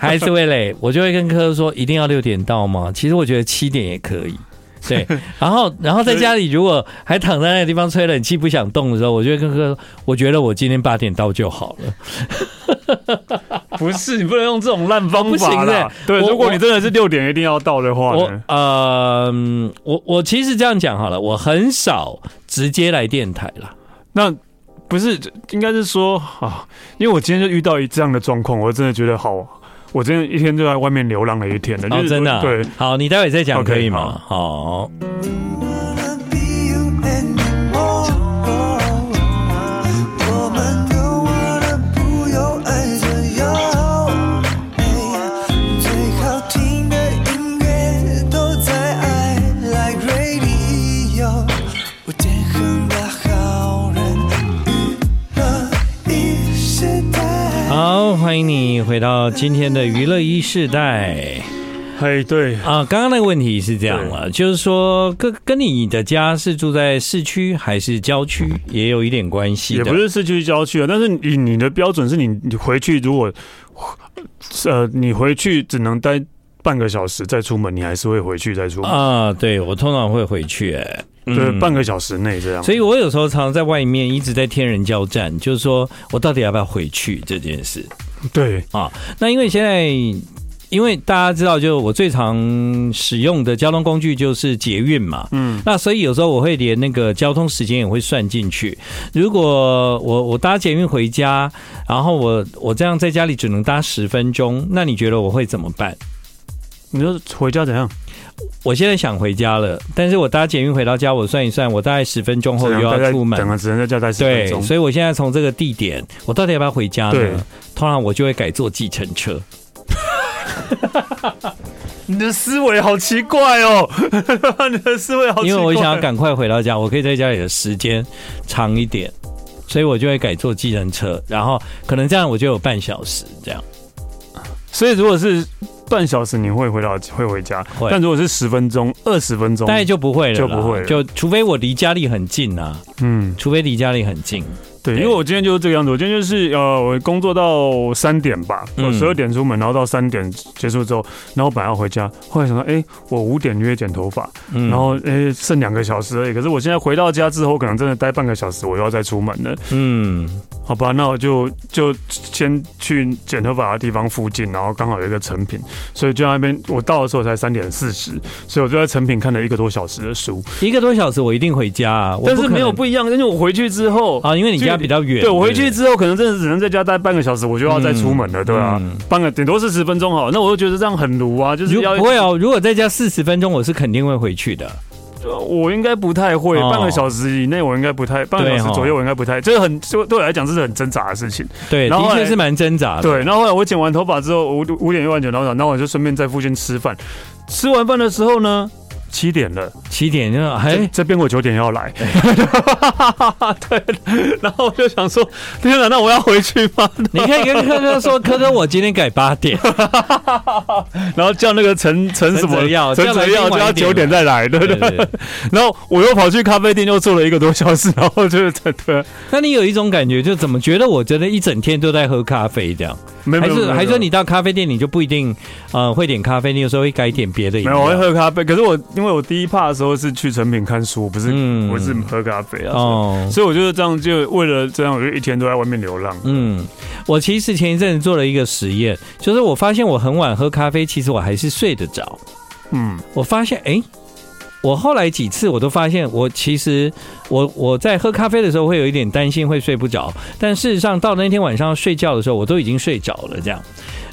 [SPEAKER 1] 还是会累，我就会跟科科说一定要六点到吗？其实我觉得七点也可以。 对，然后然后在家里如果还躺在那个地方吹冷气不想动的时候，我就会跟科科说，我觉得我今天八点到就好了。
[SPEAKER 2] 不是，你不能用这种烂方
[SPEAKER 1] 不行
[SPEAKER 2] 法啦
[SPEAKER 1] 的。
[SPEAKER 2] 对，
[SPEAKER 1] 我
[SPEAKER 2] 如果
[SPEAKER 1] 我
[SPEAKER 2] 你真的是六点一定要到的话
[SPEAKER 1] 我
[SPEAKER 2] 呢，
[SPEAKER 1] 呃，嗯我我其实这样讲好了，我很少直接来电台啦。
[SPEAKER 2] 那不是应该是说啊，因为我今天就遇到一这样的状况，我真的觉得好，我今天一天就在外面流浪了一天了。
[SPEAKER 1] 哦，
[SPEAKER 2] 就是
[SPEAKER 1] 真的啊、
[SPEAKER 2] 对，
[SPEAKER 1] 好，你待会再讲
[SPEAKER 2] OK，
[SPEAKER 1] 可以吗？好，
[SPEAKER 6] 我们都忘了不要爱着哟，最好听的音乐都在爱来 radio，我天很大好人娱乐一时代。
[SPEAKER 1] 好，欢迎你回到今天的娱乐一世代
[SPEAKER 2] 嘿，对，
[SPEAKER 1] 啊。刚刚那个问题是这样了，就是说跟跟你的家是住在市区还是郊区，也有一点关系的。
[SPEAKER 2] 也不是市区郊区啊，但是你你的标准是你你回去如果呃你回去只能待半个小时再出门，你还是会回去再出门，
[SPEAKER 1] 啊，对我通常会回去、哎
[SPEAKER 2] 对，半个小时内这样。
[SPEAKER 1] 所以我有时候常常在外面一直在天人交战，就是说我到底要不要回去这件事。
[SPEAKER 2] 对，
[SPEAKER 1] 啊。那因为现在，因为大家知道，就我最常使用的交通工具就是捷运嘛，嗯，那所以有时候我会连那个交通时间也会算进去。如果我我搭捷运回家，然后我我这样在家里只能搭十分钟，那你觉得我会怎么办？
[SPEAKER 2] 你说回家怎样？
[SPEAKER 1] 我现在想回家了，但是我搭捷运回到家，我算一算，我大概十分钟后
[SPEAKER 2] 只
[SPEAKER 1] 又
[SPEAKER 2] 能待
[SPEAKER 1] 要
[SPEAKER 2] 在
[SPEAKER 1] 出门
[SPEAKER 2] 等。啊，只能在家待十分
[SPEAKER 1] 对，
[SPEAKER 2] 钟。
[SPEAKER 1] 所以我现在从这个地点，我到底要不要回家
[SPEAKER 2] 对
[SPEAKER 1] 呢？通常我就会改坐计程车。
[SPEAKER 2] 你的思维好奇怪哦， 你的思维好奇怪。
[SPEAKER 1] 因为我想要赶快回到家，我可以在家里的时间长一点，所以我就会改坐计程车，然后可能这样我就有半小时这样。
[SPEAKER 2] 所以如果是半小时，你会回到会回家
[SPEAKER 1] 会；
[SPEAKER 2] 但如果是十分钟、二十分钟，
[SPEAKER 1] 大概就不会了啦，
[SPEAKER 2] 就不会了
[SPEAKER 1] 就除非我离家里很近啊，
[SPEAKER 2] 嗯，
[SPEAKER 1] 除非离家里很近，
[SPEAKER 2] 对，
[SPEAKER 1] 对
[SPEAKER 2] 因为我今天就是这个样子，我今天就是呃，我工作到三点吧，我
[SPEAKER 1] 嗯
[SPEAKER 2] 十二点出门，然后到三点结束之后，然后本来要回家，后来想到，哎、我五点约剪头发，
[SPEAKER 1] 嗯
[SPEAKER 2] 然后哎、诶剩两个小时而已，可是我现在回到家之后，可能真的待半个小时，我又要再出门了，
[SPEAKER 1] 嗯，
[SPEAKER 2] 好吧，那我就就先去剪头发的地方附近，然后刚好有一个成品，所以就在那边，我到的时候才三点四十，所以我就在成品看了一个多小时的书，
[SPEAKER 1] 一个多小时我一定回家啊，
[SPEAKER 2] 但是没有
[SPEAKER 1] 不
[SPEAKER 2] 不一样，但是我回去之后
[SPEAKER 1] 啊，因为你家比较远，
[SPEAKER 2] 对我回
[SPEAKER 1] 不
[SPEAKER 2] 去之后，可能真的只能在家待半个小时，我就要再出门了，对啊，
[SPEAKER 1] 嗯
[SPEAKER 2] 半个顶多是十分钟好，那我就觉得这样很鲁啊，就是
[SPEAKER 1] 如
[SPEAKER 2] 要
[SPEAKER 1] 不会哦，如果在家四十分钟，我是肯定会回去的。
[SPEAKER 2] 我应该不太会，
[SPEAKER 1] 哦
[SPEAKER 2] 半个小时以内我应该不太，半个小
[SPEAKER 1] 对
[SPEAKER 2] 时
[SPEAKER 1] 哦
[SPEAKER 2] 左右我应该不太，这个很这对我来讲这是很挣扎的事情。
[SPEAKER 1] 对，
[SPEAKER 2] 然后
[SPEAKER 1] 的
[SPEAKER 2] 后来
[SPEAKER 1] 确是蛮挣扎的。
[SPEAKER 2] 对，然后后来我剪完头发之后，五五点又完剪头发，然后我就顺便在附近吃饭。吃完饭的时候呢，七点了，
[SPEAKER 1] 起点就
[SPEAKER 2] 哎
[SPEAKER 1] 哎，，
[SPEAKER 2] 这边我九点要来， 对，然后我就想说，天哪，那我要回去吗？
[SPEAKER 1] 你可以跟科科说，科科，我今天改八点，
[SPEAKER 2] 然后叫那个陈陈什么
[SPEAKER 1] 陈泽耀
[SPEAKER 2] 陈
[SPEAKER 1] 叫来
[SPEAKER 2] 泽耀
[SPEAKER 1] 宾
[SPEAKER 2] 叫
[SPEAKER 1] 晚
[SPEAKER 2] 他
[SPEAKER 1] 一点
[SPEAKER 2] 九点再来，对不
[SPEAKER 1] 对
[SPEAKER 2] 对？
[SPEAKER 1] 对 对。
[SPEAKER 2] 然后我又跑去咖啡店，又坐了一个多小时，然后就是 对对，
[SPEAKER 1] 那你有一种感觉，就怎么觉得我真的一整天都在喝咖啡这样？
[SPEAKER 2] 没有
[SPEAKER 1] 还
[SPEAKER 2] 没有没
[SPEAKER 1] 是
[SPEAKER 2] 有
[SPEAKER 1] 还说你到咖啡店你就不一定呃会点咖啡，你有时候会改点别的饮
[SPEAKER 2] 没
[SPEAKER 1] 料。
[SPEAKER 2] 有，我会喝咖啡。可是我因为我第一趴的时候是去成品看书，不是、
[SPEAKER 1] 嗯
[SPEAKER 2] 不是喝咖啡啊，
[SPEAKER 1] 哦。
[SPEAKER 2] 所以我就是这样，就为了这样，我就一天都在外面流浪。
[SPEAKER 1] 嗯，我其实前一阵子做了一个实验，就是我发现我很晚喝咖啡，其实我还是睡得着。
[SPEAKER 2] 嗯，
[SPEAKER 1] 我发现，哎、我后来几次我都发现，我其实我我在喝咖啡的时候会有一点担心会睡不着，但事实上到那天晚上要睡觉的时候，我都已经睡着了这样。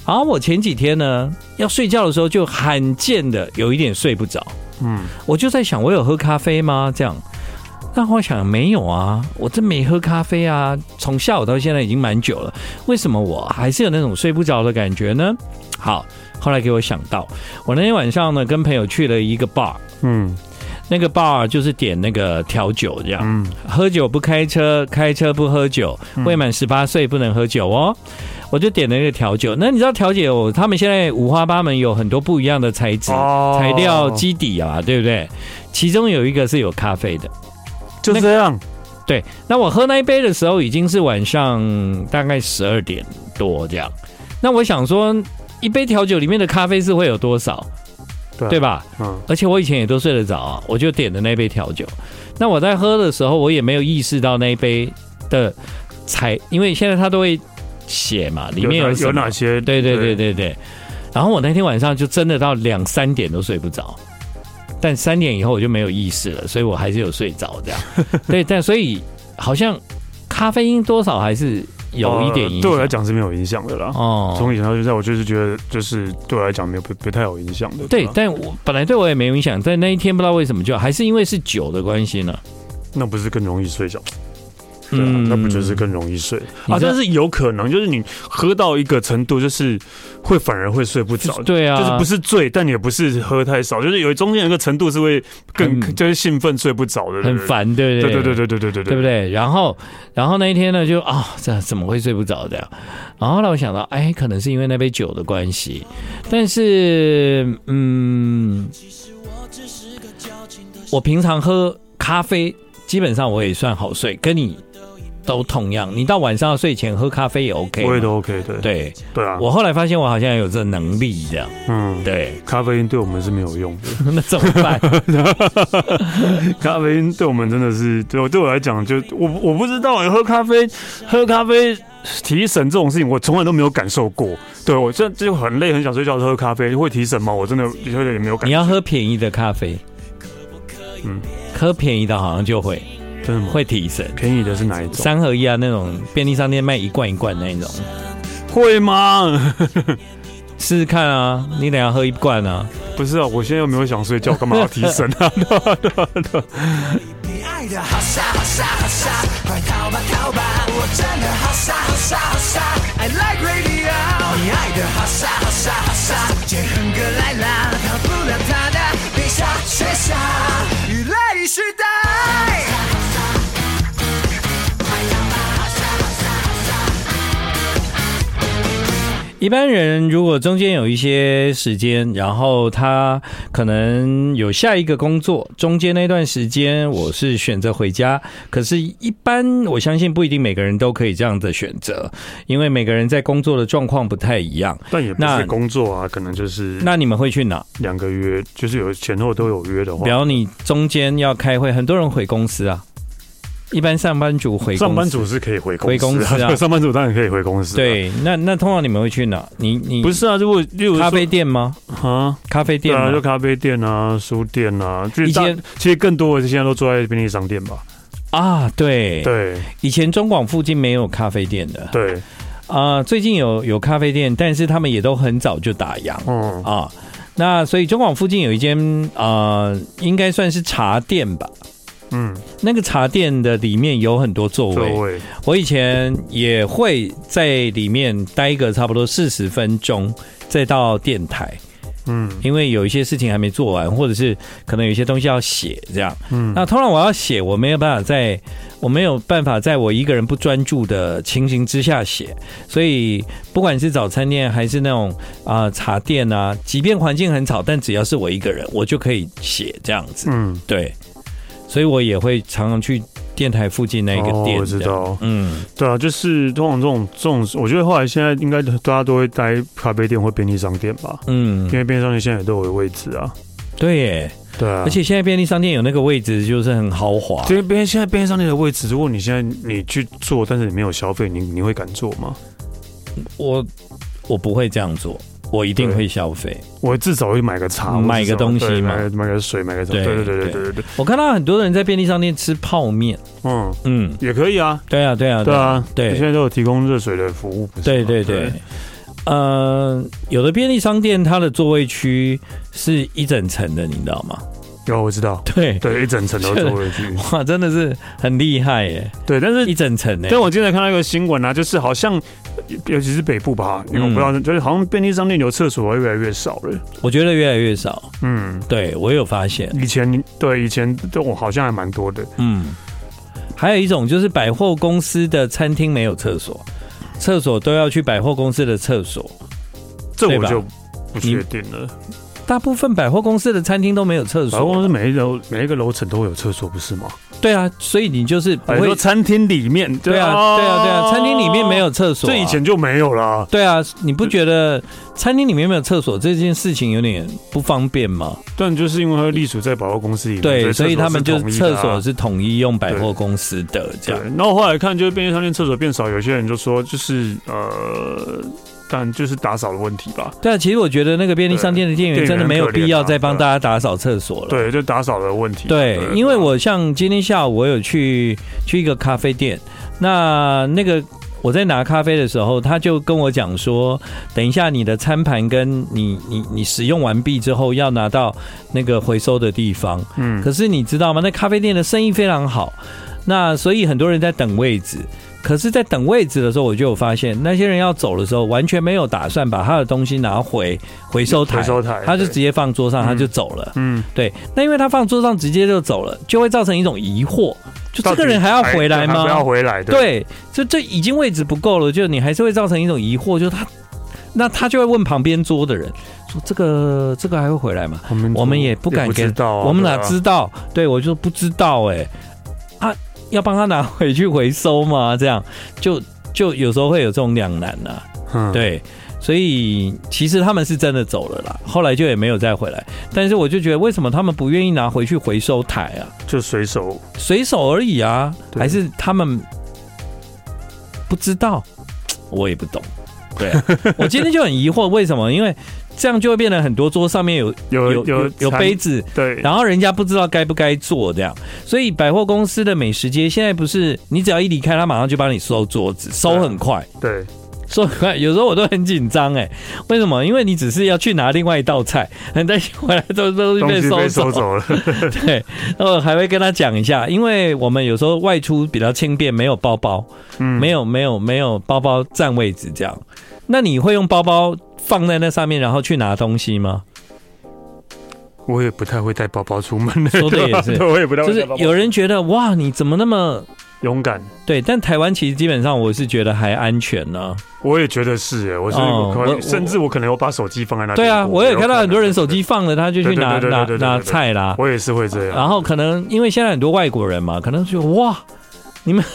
[SPEAKER 1] 然后我前几天呢要睡觉的时候，就罕见的有一点睡不着。
[SPEAKER 2] 嗯
[SPEAKER 1] 嗯，我就在想，我有喝咖啡吗？这样。那我想没有啊，我真没喝咖啡啊，从下午到现在已经蛮久了，为什么我还是有那种睡不着的感觉呢？好，后来给我想到，我那天晚上呢跟朋友去了一个 bar，
[SPEAKER 2] 嗯
[SPEAKER 1] 那个 bar 就是点那个调酒这样，
[SPEAKER 2] 嗯，
[SPEAKER 1] 喝酒不开车，开车不喝酒，未满十八岁不能喝酒哦。我就点了一个调酒，那你知道调酒他们现在五花八门，有很多不一样的材质、
[SPEAKER 2] 哦
[SPEAKER 1] 材料基底啊，对不对？其中有一个是有咖啡的。
[SPEAKER 2] 就这样。
[SPEAKER 1] 对，那我喝那一杯的时候已经是晚上大概十二点多这样。那我想说，一杯调酒里面的咖啡是会有多少？
[SPEAKER 2] 对啊
[SPEAKER 1] 对吧？
[SPEAKER 2] 嗯
[SPEAKER 1] 而且我以前也都睡得着啊，我就点的那杯调酒。那我在喝的时候，我也没有意识到那一杯的材，因为现在它都会写嘛，里面有
[SPEAKER 2] 有
[SPEAKER 1] 什么
[SPEAKER 2] 有哪？些？
[SPEAKER 1] 对对对对对。然后我那天晚上就真的到两三点都睡不着，但三点以后我就没有意识了，所以我还是有睡着 这样。对，但所以好像咖啡因多少还是有一点
[SPEAKER 2] 呃
[SPEAKER 1] 影
[SPEAKER 2] 对
[SPEAKER 1] 响。
[SPEAKER 2] 我来讲是没有影响的啦。
[SPEAKER 1] 哦，
[SPEAKER 2] 从以前到现在，我就是觉得，就是对我来讲没有不不太有影响的。
[SPEAKER 1] 对
[SPEAKER 2] 吧，
[SPEAKER 1] 但我本来对我也没有影响，但那一天不知道为什么就还是因为是酒的关系呢。
[SPEAKER 2] 那不是更容易睡着？对啊，
[SPEAKER 1] 嗯，
[SPEAKER 2] 那不就是更容易睡
[SPEAKER 1] 你
[SPEAKER 2] 啊？
[SPEAKER 1] 知道
[SPEAKER 2] 但是有可能就是你喝到一个程度，就是会反而会睡不
[SPEAKER 1] 就
[SPEAKER 2] 着
[SPEAKER 1] 是。对啊，
[SPEAKER 2] 就是不是醉，但也不是喝太少，就是有中间有一个程度是会更
[SPEAKER 1] 很
[SPEAKER 2] 就是兴奋睡不着的，
[SPEAKER 1] 嗯很
[SPEAKER 2] 对。
[SPEAKER 1] 烦，对不对？
[SPEAKER 2] 对对对对对对对
[SPEAKER 1] 对不
[SPEAKER 2] 对？
[SPEAKER 1] 对？然后，然后那一天呢，就啊、这怎么会睡不着这样？然后后来我想到，哎，可能是因为那杯酒的关系，但是，嗯，我平常喝咖啡，基本上我也算好睡，跟你都同样。你到晚上要睡前喝咖啡也 OK，嘛
[SPEAKER 2] 我也都 OK，对
[SPEAKER 1] 对。
[SPEAKER 2] 对啊，
[SPEAKER 1] 我后来发现我好像有这能力这样，
[SPEAKER 2] 嗯，
[SPEAKER 1] 对，
[SPEAKER 2] 咖啡因对我们是没有用的，
[SPEAKER 1] 那怎么办？
[SPEAKER 2] 咖啡因对我们真的是对我对我来讲，就我我不知道、欸、喝咖啡喝咖啡提神这种事情，我从来都没有感受过。对我这就很累，很想睡觉的时候喝咖啡会提神吗？我真的有点没有感
[SPEAKER 1] 你，要喝便宜的咖啡，
[SPEAKER 2] 嗯
[SPEAKER 1] 喝便宜的好像就会
[SPEAKER 2] 真的吗？
[SPEAKER 1] 会提神。
[SPEAKER 2] 便宜的是哪一种？
[SPEAKER 1] 三合一啊那种便利商店卖一罐一罐那一种，
[SPEAKER 2] 会吗？
[SPEAKER 1] 试试看啊，你等一下喝一罐啊。
[SPEAKER 2] 不是啊，我现在又没有想睡觉，干嘛要提神 啊？ 对啊对啊对啊
[SPEAKER 5] 你爱的好傻好傻好傻，快逃吧逃吧，我真的好傻好傻好傻，I like radio。你爱的好傻好傻好傻，杰亨格来啦，逃不了他的别傻学傻，娱乐一时代。
[SPEAKER 1] 一一般人如果中间有一些时间，然后他可能有下一个工作，中间那段时间我是选择回家。可是，一般我相信不一定每个人都可以这样的选择，因为每个人在工作的状况不太一样。
[SPEAKER 2] 但也不
[SPEAKER 1] 那
[SPEAKER 2] 是工作啊，可能就是
[SPEAKER 1] 那你们会去哪？
[SPEAKER 2] 两个月，就是有前后都有约的话
[SPEAKER 1] 比，方你中间要开会，很多人回公司啊，一般上班族回公司
[SPEAKER 2] 上班族是可以回公
[SPEAKER 1] 回
[SPEAKER 2] 司啊，
[SPEAKER 1] 公司啊
[SPEAKER 2] 上班族当然可以回公司、，啊
[SPEAKER 1] 对，那那通常你们会去哪？你你
[SPEAKER 2] 不是啊，如果例如说
[SPEAKER 1] 咖啡店吗？
[SPEAKER 2] 啊，
[SPEAKER 1] 咖啡
[SPEAKER 2] 对
[SPEAKER 1] 店
[SPEAKER 2] 啊，
[SPEAKER 1] 吗
[SPEAKER 2] 就咖啡店啊、书店啊，就是大
[SPEAKER 1] 以前
[SPEAKER 2] 其实更多的是现在都坐在便利商店吧。
[SPEAKER 1] 啊，对，
[SPEAKER 2] 对
[SPEAKER 1] 以前中广附近没有咖啡店的
[SPEAKER 2] 对，
[SPEAKER 1] 啊、最近有有咖啡店，但是他们也都很早就打烊
[SPEAKER 2] 嗯，
[SPEAKER 1] 啊。那所以中广附近有一间呃，应该算是茶店吧。
[SPEAKER 2] 嗯，
[SPEAKER 1] 那个茶店的里面有很多座位，
[SPEAKER 2] 座位，
[SPEAKER 1] 我以前也会在里面待个差不多四十分钟，再到电台，
[SPEAKER 2] 嗯
[SPEAKER 1] 因为有一些事情还没做完，或者是可能有一些东西要写这样。
[SPEAKER 2] 嗯，
[SPEAKER 1] 那通常我要写，我没有办法在，我没有办法在我一个人不专注的情形之下写，所以不管是早餐店还是那种啊、茶店啊，即便环境很吵，但只要是我一个人，我就可以写这样子。
[SPEAKER 2] 嗯，
[SPEAKER 1] 对，所以我也会常常去电台附近那一个
[SPEAKER 2] 哦
[SPEAKER 1] 店、
[SPEAKER 2] 我知。道，
[SPEAKER 1] 嗯，
[SPEAKER 2] 对啊，就是通常这种这种，我觉得后来现在应该大家都会待咖啡店或便利商店吧，
[SPEAKER 1] 嗯
[SPEAKER 2] 因，为便利商店现在也都有位置啊，
[SPEAKER 1] 对耶，
[SPEAKER 2] 对啊，
[SPEAKER 1] 而且现在便利商店有那个位置，就是很豪华。
[SPEAKER 2] 这边现在便利商店的位置，如果你现在你去做，但是你没有消费，你你会敢做吗？
[SPEAKER 1] 我我不会这样做，我一定会消费。
[SPEAKER 2] 我至少会买个茶，
[SPEAKER 1] 嗯买个东西
[SPEAKER 2] 对
[SPEAKER 1] 嘛
[SPEAKER 2] 买个买个水，买个什么？
[SPEAKER 1] 对
[SPEAKER 2] 对对对对
[SPEAKER 1] 对
[SPEAKER 2] 对对对，
[SPEAKER 1] 我看到很多人在便利商店吃泡面。
[SPEAKER 2] 嗯，
[SPEAKER 1] 嗯，
[SPEAKER 2] 也可以啊，
[SPEAKER 1] 对啊，对啊，
[SPEAKER 2] 对啊，
[SPEAKER 1] 对
[SPEAKER 2] 现在都有提供热水的服务，不是
[SPEAKER 1] 对
[SPEAKER 2] 吗
[SPEAKER 1] 对对。呃，有的便利商店它的座位区是一整层的，你知道吗？
[SPEAKER 2] 有我知道，
[SPEAKER 1] 对，
[SPEAKER 2] 对，一整层都坐回去，
[SPEAKER 1] 哇，真的 是很厉害耶，
[SPEAKER 2] 对，但是
[SPEAKER 1] 一整层耶。
[SPEAKER 2] 但我今天看到一个新闻啊，就是好像，尤其是北部吧，
[SPEAKER 1] 嗯
[SPEAKER 2] 因为我不知道，就是好像便利商店有厕所越来越少了。
[SPEAKER 1] 我觉得越来越少，
[SPEAKER 2] 嗯，
[SPEAKER 1] 对我有发现。
[SPEAKER 2] 以前对以前对我好像还蛮多的。
[SPEAKER 1] 嗯，还有一种就是百货公司的餐厅没有厕所，厕所都要去百货公司的厕所。
[SPEAKER 2] 这
[SPEAKER 1] 对
[SPEAKER 2] 我
[SPEAKER 1] 吧
[SPEAKER 2] 就不确定了。
[SPEAKER 1] 大部分百货公司的餐厅都没有厕
[SPEAKER 2] 百货公
[SPEAKER 1] 所。
[SPEAKER 2] 司每一楼每一个楼层都有厕所，不是吗？
[SPEAKER 1] 对啊，所以你就是不
[SPEAKER 2] 很
[SPEAKER 1] 会
[SPEAKER 2] 多。餐厅里面，
[SPEAKER 1] 对啊，对啊，对啊，餐厅里面没有，厕所、啊
[SPEAKER 2] 这以。前就没有啦。
[SPEAKER 1] 对啊，你不觉得餐厅里面没有厕所这件事情有点不方便吗？
[SPEAKER 2] 但就是因为它隶属在百货公司里面，
[SPEAKER 1] 对，所
[SPEAKER 2] 厕所
[SPEAKER 1] 以他们就是
[SPEAKER 2] 统一的啊
[SPEAKER 1] 厕所是统一用百货公司的这
[SPEAKER 2] 对
[SPEAKER 1] 样。，
[SPEAKER 2] 然后后来看，就是便利商店厕所变少，有些人就说就是呃，但就是打扫的问题吧。
[SPEAKER 1] 对啊，其实我觉得那个便利商店的店员
[SPEAKER 2] 对
[SPEAKER 1] 真的没有
[SPEAKER 2] 店员很可怜啊
[SPEAKER 1] 必要再帮
[SPEAKER 2] 对
[SPEAKER 1] 大家打扫厕所了。
[SPEAKER 2] 对，就打扫的问题。
[SPEAKER 1] 对，因
[SPEAKER 2] 啊
[SPEAKER 1] 为我像今天下午我有去去一个咖啡店，那那个我在拿咖啡的时候，他就跟我讲说，等一下你的餐盘跟你你你使用完毕之后要拿到那个回收的地方。
[SPEAKER 2] 嗯
[SPEAKER 1] 可是你知道吗？那咖啡店的生意非常好，那所以很多人在等位置。可是，在等位置的时候，我就有发现，那些人要走的时候，完全没有打算把他的东西拿回回收台，
[SPEAKER 2] 回收台
[SPEAKER 1] 他就
[SPEAKER 2] 对
[SPEAKER 1] 直接放桌上，
[SPEAKER 2] 嗯
[SPEAKER 1] 他就走了。
[SPEAKER 2] 嗯，
[SPEAKER 1] 对，那因为他放桌上直接就走了，就会造成一种疑惑，就这个人还要回来
[SPEAKER 2] 还不要
[SPEAKER 1] 吗？
[SPEAKER 2] 回来的。，
[SPEAKER 1] 对，就这已经位置不够了，就你还是会造成一种疑惑，就他，那他就会问旁边桌的人说：“这个这个还会回来吗？”
[SPEAKER 2] 我们
[SPEAKER 1] 我们也不敢
[SPEAKER 2] 也
[SPEAKER 1] 跟
[SPEAKER 2] 知道啊、
[SPEAKER 1] 我们哪
[SPEAKER 2] 对啊
[SPEAKER 1] 知道？对我就不知道哎、啊，要帮他拿回去回收吗？这样就就有时候会有这种两难啊。
[SPEAKER 2] 嗯，
[SPEAKER 1] 对，所以其实他们是真的走了啦，后来就也没有再回来。但是我就觉得，为什么他们不愿意拿回去回收台啊？
[SPEAKER 2] 就随手
[SPEAKER 1] 随手而已啊，
[SPEAKER 2] 对
[SPEAKER 1] 还是他们不知道？我也不懂。对啊、我今天就很疑惑，为什么？因为这样就会变得很多桌上面有有
[SPEAKER 2] 有有
[SPEAKER 1] 有有
[SPEAKER 2] 餐
[SPEAKER 1] 杯子，
[SPEAKER 2] 对，
[SPEAKER 1] 然后人家不知道该不该做这样，所以百货公司的美食街现在不是你只要一离开，他马上就帮你收桌子，收很快，
[SPEAKER 2] 对
[SPEAKER 1] 收很快。有时候我都很紧张哎，为什么？因为你只是要去拿另外一道菜，很担心回来都都
[SPEAKER 2] 东
[SPEAKER 1] 被
[SPEAKER 2] 西
[SPEAKER 1] 收
[SPEAKER 2] 被
[SPEAKER 1] 走
[SPEAKER 2] 收。 走了，
[SPEAKER 1] 对，然后还会跟他讲一下，因为我们有时候外出比较轻便，没有包包，
[SPEAKER 2] 嗯
[SPEAKER 1] 没有没有没有包包占位置这样。那你会用包包放在那上面，然后去拿东西吗？
[SPEAKER 2] 我也不太会带包包出门，
[SPEAKER 1] 说的也是
[SPEAKER 2] 对我也不太
[SPEAKER 1] 就
[SPEAKER 2] 会
[SPEAKER 1] 是
[SPEAKER 2] 带包包。
[SPEAKER 1] 有人觉得哇，你怎么那么
[SPEAKER 2] 勇敢。
[SPEAKER 1] 对，但台湾其实基本上我是觉得还安全呢、
[SPEAKER 2] 我也觉得是耶，我是
[SPEAKER 1] 哦
[SPEAKER 2] 我可
[SPEAKER 1] 我
[SPEAKER 2] 能，甚至我可能有把手机放在那边过。
[SPEAKER 1] 对啊，我也看到很多人手
[SPEAKER 2] 有
[SPEAKER 1] 机放了，他就
[SPEAKER 2] 可能
[SPEAKER 1] 去拿
[SPEAKER 2] 对对对
[SPEAKER 1] 拿
[SPEAKER 2] 对对对对
[SPEAKER 1] 拿
[SPEAKER 2] 对
[SPEAKER 1] 菜啦。
[SPEAKER 2] 我也是会这样。
[SPEAKER 1] 然后可能因为现在很多外国人嘛，可能就哇，你们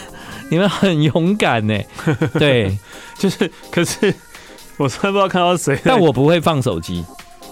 [SPEAKER 1] 你们很勇敢 呢。对，
[SPEAKER 2] 就是，可是我真不知道看到谁。
[SPEAKER 1] 但我不会放手机，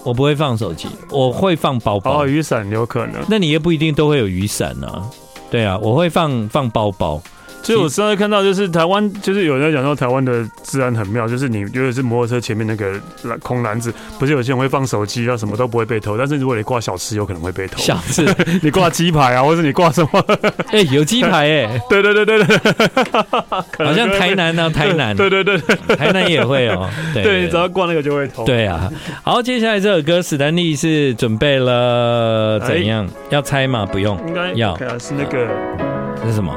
[SPEAKER 1] 我不会放手机，我会放包包
[SPEAKER 2] 哦，。雨伞有可能。
[SPEAKER 1] 那你也不一定都会有雨伞啊。对啊，我会放放包
[SPEAKER 2] 哦
[SPEAKER 1] 包。
[SPEAKER 2] 所以我上次看到，就是台湾，就是有人在讲到台湾的治安很妙，就是你尤其是摩托车前面那个篮空篮子，不是有些人会放手机啊，什么都不会被偷，但是如果你挂小吃，有可能会被偷。
[SPEAKER 1] 小 子，
[SPEAKER 2] 你挂鸡排啊，或者你挂什么？
[SPEAKER 1] 哎、有鸡排哎、
[SPEAKER 2] 对对对对对，可
[SPEAKER 1] 好
[SPEAKER 2] 能就
[SPEAKER 1] 像
[SPEAKER 2] 会被
[SPEAKER 1] 台南啊，台南，
[SPEAKER 2] 对对对对
[SPEAKER 1] 台南也会 哦、对
[SPEAKER 2] 对，你只要挂那个就会偷。，
[SPEAKER 1] 对啊，好，接下来这首歌史丹利是准备了
[SPEAKER 2] 哎
[SPEAKER 1] 怎样？要猜吗？不用，
[SPEAKER 2] 应该
[SPEAKER 1] 要
[SPEAKER 2] 对啊，是那个
[SPEAKER 1] 这是什么？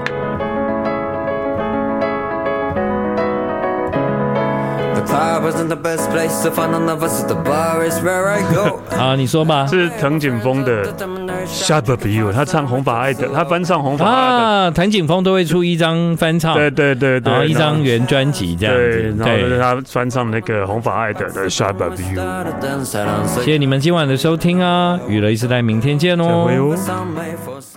[SPEAKER 7] The club isn't the best place to find another, so the bar is where I go.
[SPEAKER 1] 啊，你说吧。
[SPEAKER 2] 是藤井风的。Shut up you，他唱红发爱的，他翻唱红发爱的，
[SPEAKER 1] 啊，谭景峰都会出一张翻唱，
[SPEAKER 2] 对对对对，
[SPEAKER 1] 然后一
[SPEAKER 2] 然
[SPEAKER 1] 张
[SPEAKER 2] 后
[SPEAKER 1] 原专辑这样
[SPEAKER 2] 对，
[SPEAKER 1] 子。
[SPEAKER 2] 然后就是他翻唱那个红发爱的的 Shut up you。
[SPEAKER 1] 谢谢你们今晚的收听啊！娱乐一时代，明天见哦。
[SPEAKER 2] 加油！
[SPEAKER 7] 哦 Some may for